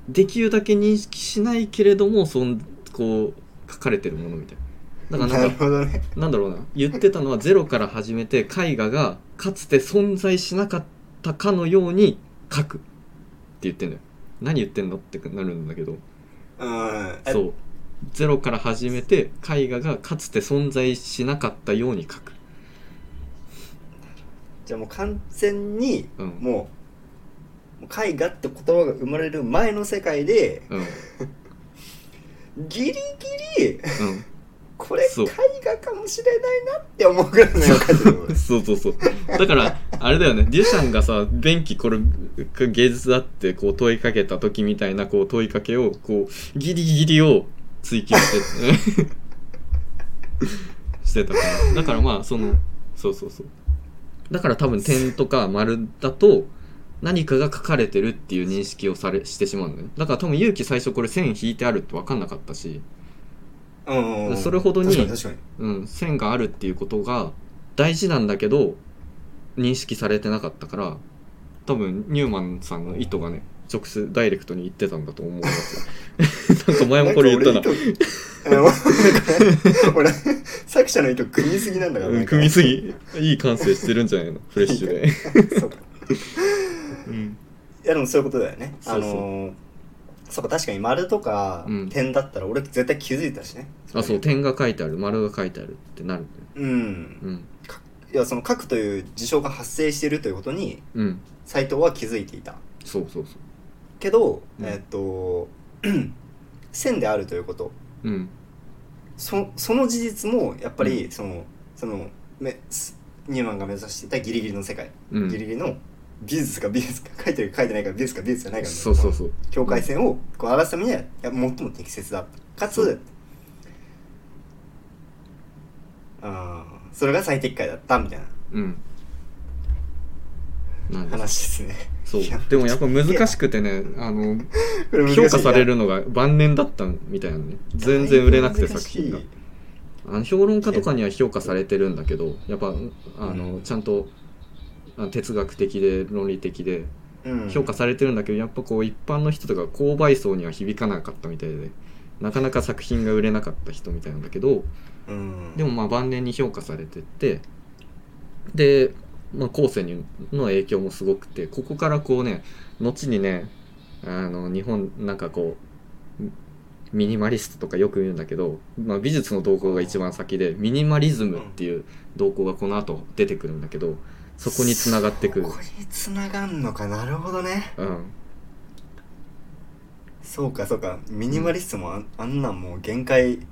Speaker 2: できるだけ認識しないけれどもそんこう書かれてるものみたいなだか
Speaker 1: な
Speaker 2: らな
Speaker 1: る
Speaker 2: んか
Speaker 1: ほどね
Speaker 2: なんだろうな言ってたのはゼロから始めて絵画がかつて存在しなかったかのように描くって言ってんだよ何言ってんのってなるんだけど
Speaker 1: うんえ
Speaker 2: そうゼロから始めて絵画がかつて存在しなかったように描く
Speaker 1: じゃあもう完全に
Speaker 2: うん
Speaker 1: もうもう絵画って言葉が生まれる前の世界で
Speaker 2: うんうん
Speaker 1: ギリギリこれ
Speaker 2: そう
Speaker 1: 絵画かもしれないなって思うぐらいの絵を描いてる俺
Speaker 2: [laughs] そうそうそうだからあれだよねデュシャンがさ便器これ芸術だってこう問いかけた時みたいなこう問いかけをこうギリギリを追求してしてたからだからまあそのそうそうそうだから多分点とか丸だと何かが書かれてるっていう認識をされしてしまうんだよねだから多分勇気最初これ線引いてあるって分かんなかったし
Speaker 1: うんうんうん
Speaker 2: それほどに
Speaker 1: 確かに確か
Speaker 2: うん、線があるっていうことが大事なんだけど認識されてなかったから多分ニューマンさんの意図がね直接ダイレクトに言ってたんだと思うんで
Speaker 1: [laughs]
Speaker 2: すよなんか前
Speaker 1: に
Speaker 2: もこれ言ったな
Speaker 1: なんか俺意図 [laughs] 俺作者の意図組みすぎなんだから
Speaker 2: うん組みすぎいい感性してるんじゃないのフレッシュで、
Speaker 1: そうかいやでもそういうことだよね
Speaker 2: そ
Speaker 1: あ
Speaker 2: うそう
Speaker 1: のーそうか確かに丸とか
Speaker 2: うん
Speaker 1: 点だったら俺絶対気づいたしね
Speaker 2: あそう点が書いてある丸が書いてあるってなるんだ
Speaker 1: う
Speaker 2: よ
Speaker 1: ん
Speaker 2: うん
Speaker 1: いやその書くという事象が発生しているということに
Speaker 2: うん
Speaker 1: 斎藤は気づいていた
Speaker 2: そうそうそ
Speaker 1: けど、
Speaker 2: うん
Speaker 1: えっと [clears throat] 線であるということ
Speaker 2: ううん
Speaker 1: そその事実もやっぱ
Speaker 2: う
Speaker 1: りその、そのめすニューマンが目指していたギリギリの世界、
Speaker 2: う
Speaker 1: ギリギ
Speaker 2: ん
Speaker 1: リの美術か美術か書いてるか書いてないか美術か美術じゃないかの
Speaker 2: そうそうそう
Speaker 1: 境界線をこう表すためにはいや最も適切だったか
Speaker 2: そ
Speaker 1: つ
Speaker 2: う
Speaker 1: あーそれが最適解だったみたいな
Speaker 2: うんなんです
Speaker 1: 話ですね
Speaker 2: そうでもやっぱ難しくてねあの
Speaker 1: これ難しい
Speaker 2: 評価されるのが晩年だったみたいなね全然売れなくて作品が
Speaker 1: 難しい
Speaker 2: あの評論家とかには評価されてるんだけどやっぱあのちゃんとあ哲学的で論理的で
Speaker 1: うん
Speaker 2: 評価されてるんだけどやっぱこう一般の人とか購買層には響かなかったみたいでなかなか作品が売れなかった人みたいなんだけど
Speaker 1: うん
Speaker 2: でもまあ晩年に評価されてってで、まあ、後世にの影響もすごくてここからこうね後にねあの日本なんかこうミニマリストとかよく言うんだけど、まあ、美術の動向が一番先でミニマリズムっていう動向がこの後出てくるんだけどそこにつながってくる
Speaker 1: そこに繋がんのかなるほどね
Speaker 2: うん
Speaker 1: そうかそうかミニマリストもあんあんなんもう限界ギ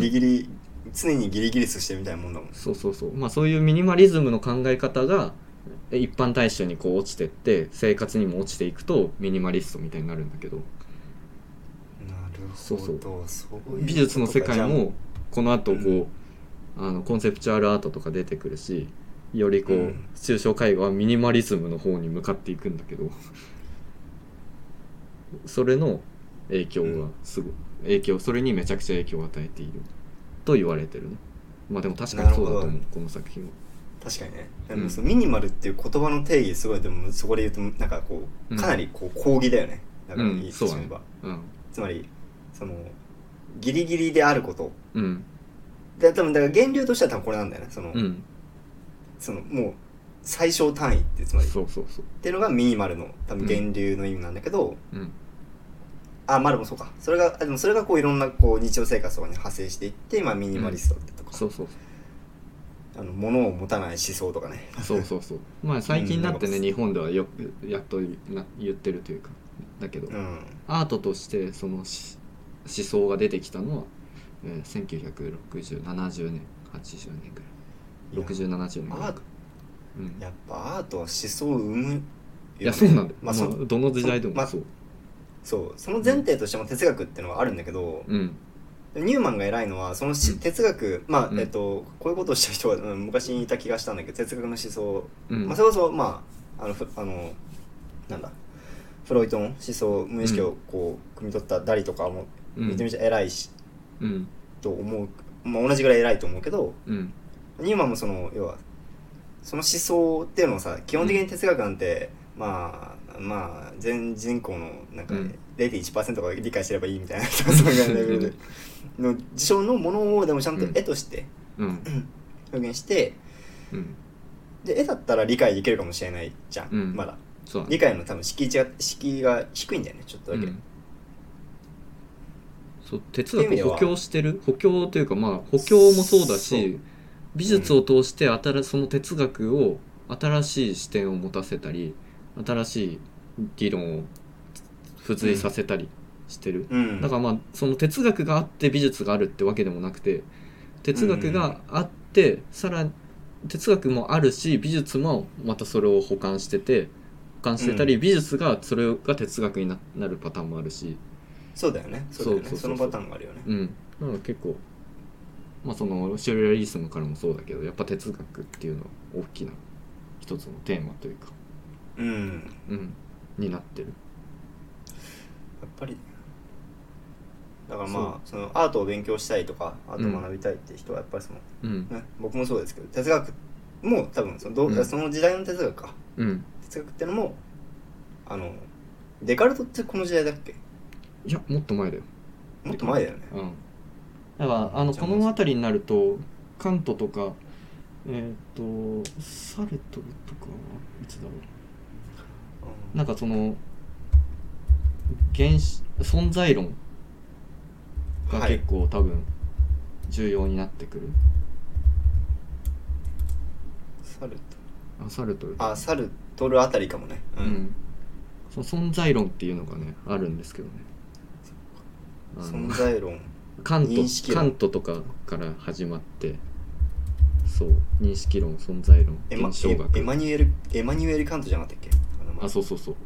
Speaker 1: リギリ、常にギリギリスしてるみたいなもんだもん
Speaker 2: そうそうそうまあそういうミニマリズムの考え方がえ一般大衆にこう落ちてって生活にも落ちていくとミニマリストみたいになるんだけど
Speaker 1: なるほど
Speaker 2: そうそう
Speaker 1: そういう
Speaker 2: 美術の世界
Speaker 1: ことか
Speaker 2: もこの後
Speaker 1: うん
Speaker 2: こうあのコンセプチュアルアートとか出てくるしよりこ
Speaker 1: う
Speaker 2: うん抽象絵画はミニマリズムの方に向かっていくんだけどそれの影響がすごい影響それにめちゃくちゃ影響を与えていると言われてるねまあでも確かにそうだと
Speaker 1: な
Speaker 2: 思
Speaker 1: る
Speaker 2: うこの作品は
Speaker 1: じゃん確かにねで
Speaker 2: うん
Speaker 1: もそのミニマルっていう言葉の定義すごいでもそこで言うとなんかこ
Speaker 2: う
Speaker 1: うんかなりこう抗議だよね、だから
Speaker 2: うん
Speaker 1: 言ってしまえば、
Speaker 2: うん
Speaker 1: つまりそのギリギリであること
Speaker 2: うん
Speaker 1: で多分だから源流としては多分これなんだよねその,、
Speaker 2: うん
Speaker 1: そのもう最小単位ってつまりっ
Speaker 2: そうそうそう
Speaker 1: ていうのがミニマルの多分源流の意味なんだけど、
Speaker 2: うん
Speaker 1: あまあでもそうかそれがあでもそれがこういろんなこう日常生活とかに派生していって、まあ、ミニマリストってとか、
Speaker 2: そうそう
Speaker 1: あの物を持たない思想とかね
Speaker 2: そうそうそうまあ最近になってね
Speaker 1: うん
Speaker 2: 日本ではよくやっとな言ってるというかだけど
Speaker 1: うん
Speaker 2: アートとしてそのし思想が出てきたのは、えー、196070年80年ぐ
Speaker 1: いや
Speaker 2: らい6070年ぐらいかうんいや
Speaker 1: やっぱアートは思想を生むよね、
Speaker 2: そうなんだよ、
Speaker 1: まあ
Speaker 2: まあ、
Speaker 1: そ
Speaker 2: どの時代でも
Speaker 1: まあ
Speaker 2: そう、
Speaker 1: そうその前提としても哲学っていうのはあるんだけど、
Speaker 2: うん
Speaker 1: ニューマンが偉いのはそのし、
Speaker 2: うん
Speaker 1: 哲学まあ、
Speaker 2: うん
Speaker 1: えっとこういうことをした人は、うん昔にいた気がしたんだけど哲学の思想、
Speaker 2: うん
Speaker 1: まあ、それこそまああのふあのなんだフロイトの思想無意識をこう汲み取ったダリとかも
Speaker 2: うん
Speaker 1: めちゃめちゃ偉いし、
Speaker 2: うん
Speaker 1: と思う、まあ、同じぐらい偉いと思うけど
Speaker 2: うん
Speaker 1: ニューマンもその要はその思想っていうのをさ基本的に哲学なんて、まあまあ全人口のなんか
Speaker 2: うん
Speaker 1: 0.1%が理解すればいいみたいな、そういうレベルでの事象のものをでもちゃんと
Speaker 2: うん
Speaker 1: 絵として
Speaker 2: うん
Speaker 1: 表現して
Speaker 2: うん
Speaker 1: で絵だったら理解できるかもしれないじゃん、
Speaker 2: うん
Speaker 1: まだ
Speaker 2: そうだ
Speaker 1: 理
Speaker 2: ね
Speaker 1: 解の多分敷居が敷居が低いんだよねちょっとだけ、
Speaker 2: うんそう哲
Speaker 1: っていう意味で
Speaker 2: 学を
Speaker 1: は
Speaker 2: 補強してる補強というかまあ補強もそうだ
Speaker 1: そう
Speaker 2: し美術を通して新その哲学を新しい視点を持たせたり新しい議論を付随させたりしてる、
Speaker 1: うん
Speaker 2: だからまあその哲学があって美術があるってわけでもなくて哲学があって、さらに哲学もあるし美術もまたそれを補完してて補完してたり、美術がそれが哲学にななるパターンもあるし、
Speaker 1: そうだよねそうだよね
Speaker 2: そう
Speaker 1: そ
Speaker 2: そうそうそう
Speaker 1: のパターンがあるよね、
Speaker 2: うん、なので結構まあそのシュリアリスムからもそうだけどやっぱ哲学っていうのは大きな一つのテーマというか、
Speaker 1: うん、
Speaker 2: うん、になってる。
Speaker 1: やっぱりだからまあそのアートを勉強したいとかアートを学びたいって人はやっぱりその、
Speaker 2: うん
Speaker 1: ね、僕もそうですけど哲学も多分そのどう、
Speaker 2: うん
Speaker 1: その時代の哲学か
Speaker 2: うん、
Speaker 1: 哲学ってのもあのデカルトってこの時代だっけ
Speaker 2: いやもっと前だよ。
Speaker 1: もっと前だよね
Speaker 2: うん、だからあの
Speaker 1: じゃあ
Speaker 2: この辺りになるとカントとかえっ、とサルトルとかはいつだろうなんかその原子存在論
Speaker 1: うん
Speaker 2: が
Speaker 1: はい
Speaker 2: 結構多分重要になってくる、
Speaker 1: サル
Speaker 2: あサルトル
Speaker 1: トあサルトルあたりかもねう、
Speaker 2: うんんその存在論っていうのがねあるんですけどねあの
Speaker 1: 存在論
Speaker 2: カント
Speaker 1: 認識論
Speaker 2: カントとかから始まってそう認識論存在論
Speaker 1: エマ
Speaker 2: 現象
Speaker 1: エエ
Speaker 2: 学
Speaker 1: マニュエルエマニュエル・カントじゃなかったっけあの
Speaker 2: あそうそうそう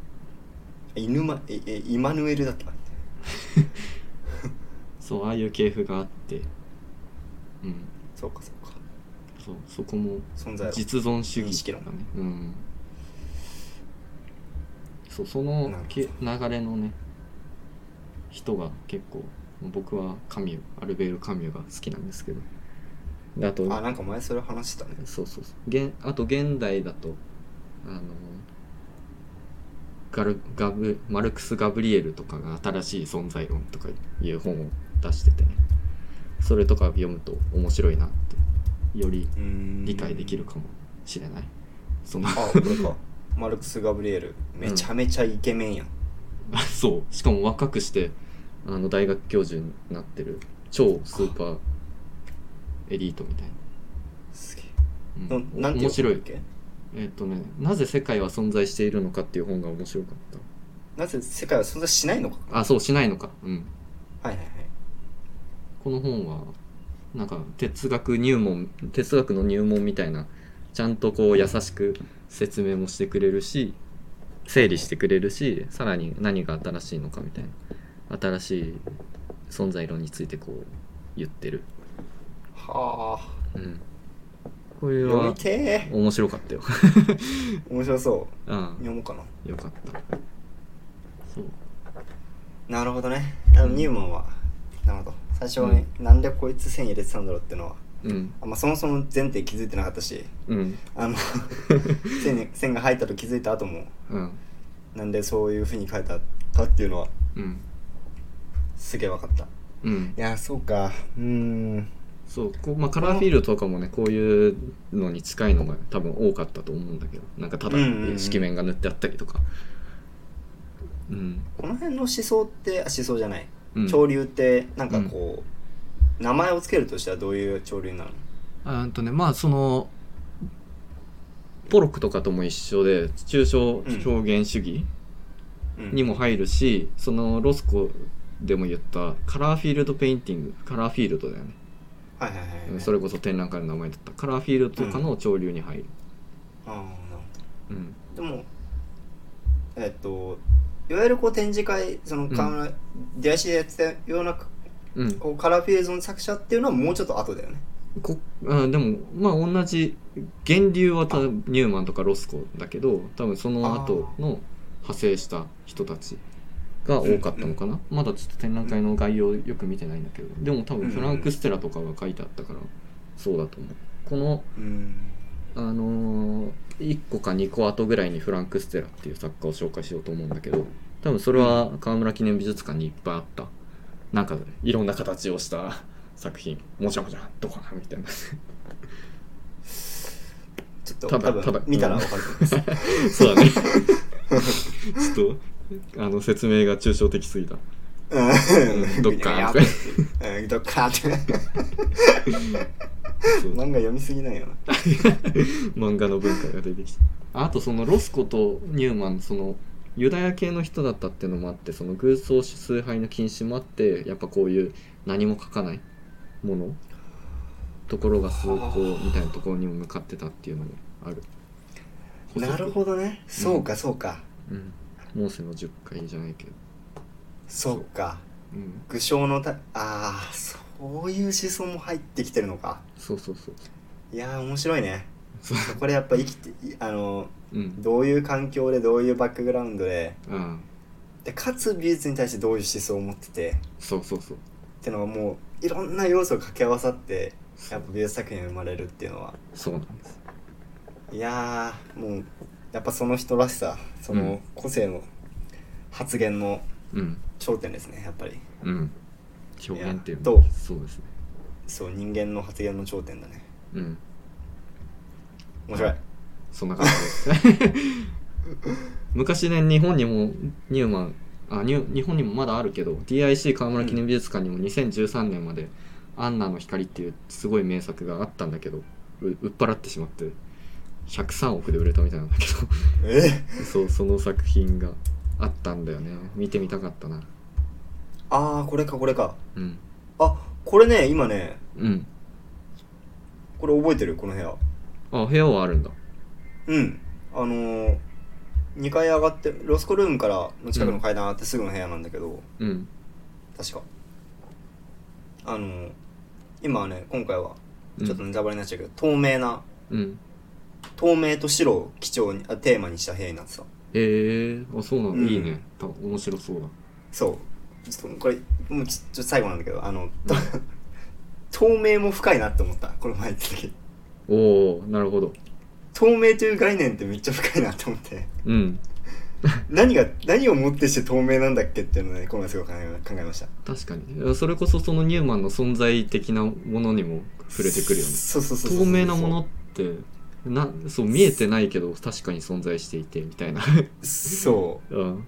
Speaker 1: 犬まええイマヌエルだった
Speaker 2: そうああいう系譜があってうん
Speaker 1: そうかそうか
Speaker 2: そうそこも
Speaker 1: 存在論
Speaker 2: 実存
Speaker 1: 認
Speaker 2: 主義
Speaker 1: 識
Speaker 2: と
Speaker 1: 論
Speaker 2: かねうんそうそ
Speaker 1: な
Speaker 2: の
Speaker 1: るほど
Speaker 2: け流れのね人が結構僕はカミュアルベール・カミュが好きなんですけどであと
Speaker 1: あなんか前それ話してたね
Speaker 2: そうそうそう現あと現代だとあのガルガブマルクス・ガブリエルとかが新しい存在論とかいう本を出しててねそれとか読むと面白いなってより理解できる
Speaker 1: か
Speaker 2: かもしれないその [laughs]
Speaker 1: あこれか [laughs] マルクス・ガブリエルめちゃめちゃイケメンやん、
Speaker 2: そうしかも若くしてあの大学教授になってる超スーパーエリートみたい
Speaker 1: すげ
Speaker 2: な
Speaker 1: え、
Speaker 2: うん
Speaker 1: ななんてい
Speaker 2: 面
Speaker 1: う
Speaker 2: 白
Speaker 1: 本だ
Speaker 2: い
Speaker 1: っけ
Speaker 2: えっ、とね「なぜ世界は存在しているのか」っていう本が面白かっ
Speaker 1: なぜ世界は存在しないのか
Speaker 2: たあそうしないのかうん
Speaker 1: はいはいはい
Speaker 2: この本はなんか哲学入門哲学の入門みたいなちゃんとこう優しく説明もしてくれるし整理してくれるしさらに何が新しいのかみたいな新しい存在論についてこう言ってる、
Speaker 1: はあ
Speaker 2: うん、これ
Speaker 1: 読
Speaker 2: は
Speaker 1: みて
Speaker 2: 面白かったよ、 [laughs]
Speaker 1: ー面白そう
Speaker 2: うん、
Speaker 1: 読もうかな
Speaker 2: よかったそう
Speaker 1: なるほどねあのニューマンはなるほど最初はね、なんでこいつ線入れてたんだろうってのは、
Speaker 2: うん
Speaker 1: あまあ、そもそも前提気づいてなかったし
Speaker 2: うん
Speaker 1: あ [laughs] の線線が入ったと気づいた後も
Speaker 2: うん
Speaker 1: なんでそういうふうに書いたかっていうのは
Speaker 2: うん
Speaker 1: すげえ分かったい
Speaker 2: うん
Speaker 1: やそうかうーん
Speaker 2: そうこう、まあ、カラーフィールドとかもねこういうのに近いのが多分多かったと思うんだけどなんかただ
Speaker 1: うんうんうん
Speaker 2: 色面が塗ってあったりとかうん、
Speaker 1: この辺の思想ってあ思想じゃない、
Speaker 2: うん、
Speaker 1: 潮流ってなんかこう、名前をつけるとしたらどういう潮流なの
Speaker 2: あうんとねまあそのポロックとかとも一緒で抽象表現主義
Speaker 1: うん
Speaker 2: にも入るし、そのロスコでも言ったカラーフィールドペインティングカラーフィールドだよね、
Speaker 1: はいはいはい、
Speaker 2: うんそれこそ展覧会の名前だったカラーフィールドとかの潮流に入る、
Speaker 1: ああなるほど
Speaker 2: うん
Speaker 1: でもえっといわゆるこう展示会その河村出足でやってたような
Speaker 2: うん、
Speaker 1: こうカラーフィールズの作者っていうのはもうちょっと後だよね
Speaker 2: こあでもまあ同じ源流は多分ニューマンとかロスコだけど多分その後の派生した人たちが多かったのかな、まだちょっと展覧会の概要よく見てないんだけどでも多分フランク・ステラとかが書いてあったからそうだと思うこの
Speaker 1: うん
Speaker 2: あの1個か2個後ぐらいにフランク・ステラっていう作家を紹介しようと思うんだけど多分それは河村記念美術館にいっぱいあったなんかいろんな形をした作品もじゃもじゃドカンみたいな
Speaker 1: ちょっと
Speaker 2: た
Speaker 1: 多
Speaker 2: だただ
Speaker 1: 分見たらわかると思います
Speaker 2: そうだね。ちょっと、あの、説明が抽象的すぎた。
Speaker 1: うん
Speaker 2: どっか
Speaker 1: やばいうんどっかって
Speaker 2: そう
Speaker 1: 漫画読みすぎないよな
Speaker 2: 漫画の文化が出てきた。あと、その、ロスコとニューマン、その、ユダヤ系の人だったっていうのもあって、その、偶像崇拝の禁止もあって、やっぱこういう何も書かないもの、ところが崇高みたいなところにも向かってたっていうのもある。
Speaker 1: なる
Speaker 2: ど。
Speaker 1: ほどねそうかそうか
Speaker 2: うん。モーセの10回じゃないけど。
Speaker 1: そうか
Speaker 2: うん。
Speaker 1: 具象のたああそういう思想も入ってきてるのか
Speaker 2: そうそうそう。
Speaker 1: いやー面白いね
Speaker 2: そう
Speaker 1: そこでやっぱ生きていあの
Speaker 2: うん。
Speaker 1: どういう環境でどういうバックグラウンドで
Speaker 2: ああ、
Speaker 1: でかつ美術に対してどういう思想を持ってて
Speaker 2: そうそうそう。
Speaker 1: ってのがもういろんな要素が掛け合わさってやっぱ美術作品が生まれるっていうのは
Speaker 2: そうなんです。
Speaker 1: いやーもうやっぱその人らしさそ
Speaker 2: うん
Speaker 1: の個性の発言の
Speaker 2: うん。
Speaker 1: 頂点ですねやっぱり
Speaker 2: うん、表現っていう
Speaker 1: いやどう
Speaker 2: そうですね
Speaker 1: そう人間の発言の頂点だね
Speaker 2: うん
Speaker 1: 面白い
Speaker 2: そんな感じ [laughs] です昔ね日本にもニューマンあニュ日本にもまだあるけど DIC 河村記念美術館にも2013年まで「アンナの光」っていうすごい名作があったんだけどう売っ払ってしまって103億で売れたみたいなんだけ
Speaker 1: え
Speaker 2: ど [laughs] そうその作品があったんだよね見てみたかったな
Speaker 1: ああこれかこれか
Speaker 2: うん
Speaker 1: あこれね今ね
Speaker 2: うん
Speaker 1: これ覚えてるこの部屋
Speaker 2: あ部屋はあるんだ
Speaker 1: うんあのー、2階上がってロスコルームからの近くの階段上がってすぐの部屋なんだけど、
Speaker 2: うん
Speaker 1: 確かあの今はね今回は
Speaker 2: うん
Speaker 1: ちょっとねざばりになっちゃうけど、透明な
Speaker 2: うん
Speaker 1: 透明と白を基調にあテーマにした部屋になってた
Speaker 2: へえー、あそうなの、
Speaker 1: うん
Speaker 2: いいねた面白そうだ
Speaker 1: そうちょっとこれもうちょっと最後なんだけどあの、と [laughs] 透明も深いなって思ったこの前行った時
Speaker 2: おおなるほど
Speaker 1: 透明という概念ってめっちゃ深いなと思って
Speaker 2: うん
Speaker 1: 何が何をもってして透明なんだっけっていうのをねこの前すごい考え考えました
Speaker 2: 確かにそれこそそのニューマンの存在的なものにも触れてくるよね
Speaker 1: そうそうそうそう
Speaker 2: 透明なものってなそう見えてないけど確かに存在していてみたいな [laughs]
Speaker 1: そう
Speaker 2: うん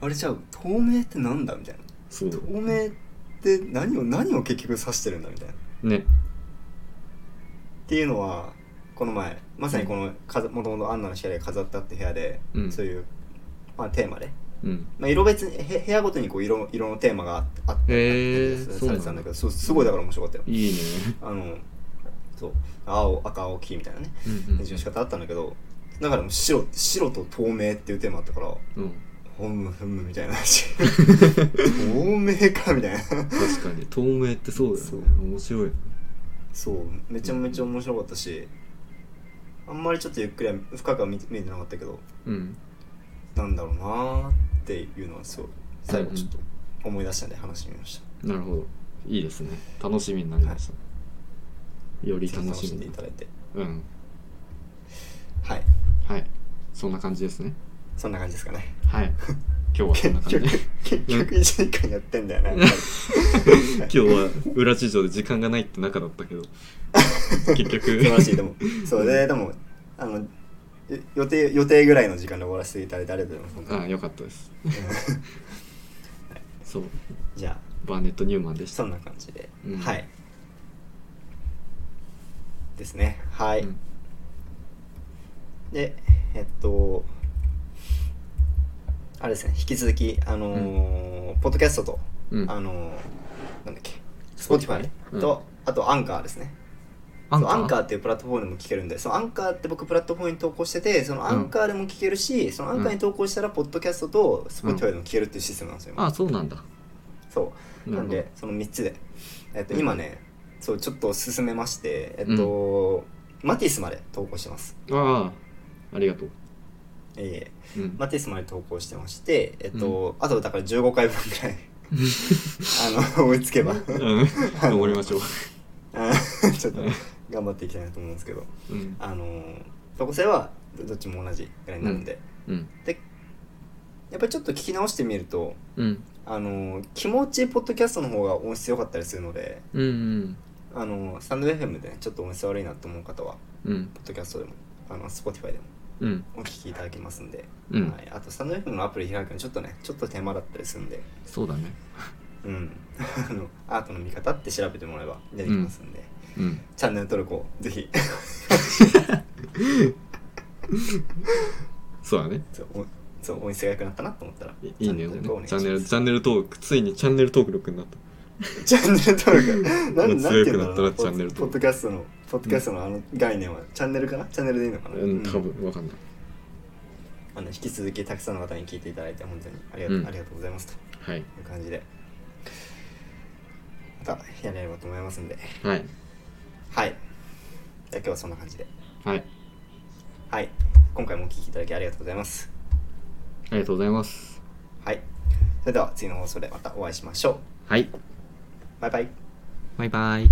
Speaker 1: あれじゃあ透明ってなんだみたいな
Speaker 2: そう
Speaker 1: 透明って何を何を結局指してるんだみたいなっ
Speaker 2: ね
Speaker 1: ていうのはこの前まさにこのもともとアンナの部屋で飾ってあった部屋で、
Speaker 2: うん
Speaker 1: そういう、まあ、テーマで、
Speaker 2: うん
Speaker 1: まあ、色別にへ部屋ごとにこう色色のテーマがああって、
Speaker 2: へー
Speaker 1: されてたんだけどそうすごいだから面白かったよ、
Speaker 2: いいね
Speaker 1: あのそう青赤青黄みたいなね
Speaker 2: うん
Speaker 1: 編集の仕方あったんだけどだからもう白白と透明っていうテーマあったから
Speaker 2: うん、うん、
Speaker 1: ふむふむみたいな話透明かみたいな
Speaker 2: 確かに透明ってそうだよ
Speaker 1: そう
Speaker 2: ね面白いよね
Speaker 1: そうめちゃめちゃ面白かったしあんまりちょっとゆっくりは深くは見て見えてなかったけど
Speaker 2: うん
Speaker 1: なんだろうなーっていうのはそう最後ちょっと思い出したんで話してみまし
Speaker 2: なるほどいいですね楽しみになりました、より
Speaker 1: た、
Speaker 2: 楽
Speaker 1: 楽し
Speaker 2: し
Speaker 1: ん
Speaker 2: み
Speaker 1: でいただいて
Speaker 2: うん
Speaker 1: はい
Speaker 2: はいそんな感じですね
Speaker 1: そんな感じですかね
Speaker 2: はい今日はそんな
Speaker 1: 結
Speaker 2: 感じ
Speaker 1: 局
Speaker 2: で
Speaker 1: 結局1時間やってんだよね、 [laughs] やっぱり
Speaker 2: [laughs] 今日は裏事情で時間がないって中だった
Speaker 1: [laughs]
Speaker 2: けど結局
Speaker 1: 素晴らしいでもそうででもあのえ予定予定ぐらいの時間で終わらせていただいてありがとうございます
Speaker 2: [laughs] あ
Speaker 1: 本
Speaker 2: あよかったです
Speaker 1: 当にうん
Speaker 2: そう
Speaker 1: [laughs] じゃあ
Speaker 2: バーネット・ニューマンでした
Speaker 1: そんな感じで、
Speaker 2: うん
Speaker 1: はいですねはい、
Speaker 2: うん
Speaker 1: でえっとあれですね引き続きあのーポッドキャストと、
Speaker 2: うん
Speaker 1: あのーなんだっけ Spotify、
Speaker 2: うん
Speaker 1: とあとアンカーですね
Speaker 2: ア
Speaker 1: そうアンカーっていうプラットフォームでも聞けるんでそのアンカーって僕プラットフォームに投稿しててそのアンカーでも聞けるし、そのアンカーに投稿したらポッドキャストと Spotify でも聞けるっていうシステムなんですよ、
Speaker 2: ああそうなんだ
Speaker 1: そう
Speaker 2: る
Speaker 1: な
Speaker 2: ほ
Speaker 1: ん
Speaker 2: ど
Speaker 1: でその3つで、えっと、
Speaker 2: うん
Speaker 1: 今ね、そうちょっと進めまして、えっとマティスまで投稿してます
Speaker 2: ああありがとう、
Speaker 1: いえいえ
Speaker 2: うん
Speaker 1: マティスまで投稿してまして、えっとあとだから15回分く
Speaker 2: [laughs]
Speaker 1: らいあの追いつけば
Speaker 2: う
Speaker 1: [laughs]
Speaker 2: ん頑張りましょう
Speaker 1: あちょっと頑張っていきたいなと思うんですけど
Speaker 2: うん
Speaker 1: あの投稿性はどっちも同じぐらいになるんで、
Speaker 2: うん
Speaker 1: でやっぱりちょっと聞き直してみると
Speaker 2: うん
Speaker 1: あの気持ちいいポッドキャストの方が音質良かったりするので
Speaker 2: うんうん
Speaker 1: あのスタンド FM でねちょっと音質悪いなと思う方は
Speaker 2: うん
Speaker 1: ポッドキャストでも、あの、Spotify でも
Speaker 2: うん
Speaker 1: お聞きいただけますんで、
Speaker 2: うん
Speaker 1: はい、あと、スタンド FM のアプリ開くのちょっとね、ちょっと手間だったりするんで、
Speaker 2: そうだね
Speaker 1: うん、 [laughs] あの、アートの見方って調べてもらえば出てきますんで、
Speaker 2: うん
Speaker 1: チャンネル登録をぜひ、 [laughs]
Speaker 2: そうだね
Speaker 1: そう、おそう音質が良くなったなと思ったら、
Speaker 2: いいい
Speaker 1: チ
Speaker 2: ね
Speaker 1: ャンネル登録お願いし
Speaker 2: チャ
Speaker 1: ま
Speaker 2: ン
Speaker 1: す
Speaker 2: ネルチャンネル登録ついにチャンネル登録になった
Speaker 1: チャンネル
Speaker 2: [laughs]
Speaker 1: 登録。なんなんて言うんだろう
Speaker 2: 強くなったらチャンネル
Speaker 1: ポ
Speaker 2: 登録
Speaker 1: ッドキャストの、ポッドキャストのあの概念は、チャンネルかなチャンネルでいいのかな
Speaker 2: うん多分わかんない
Speaker 1: あの引き続きたくさんの方に聞いていただいて、本当にありがとう、
Speaker 2: うん
Speaker 1: ありがとうございますと。
Speaker 2: はい
Speaker 1: という感じでまたやれればと思いますんで
Speaker 2: はい
Speaker 1: はいじゃあ今日はそんな感じで
Speaker 2: はい
Speaker 1: はい今回もお聴きいただきありがとうございます
Speaker 2: ありがとうございます
Speaker 1: はいそれでは次の放送でまたお会いしましょう
Speaker 2: はい
Speaker 1: バイバイ
Speaker 2: バイバイ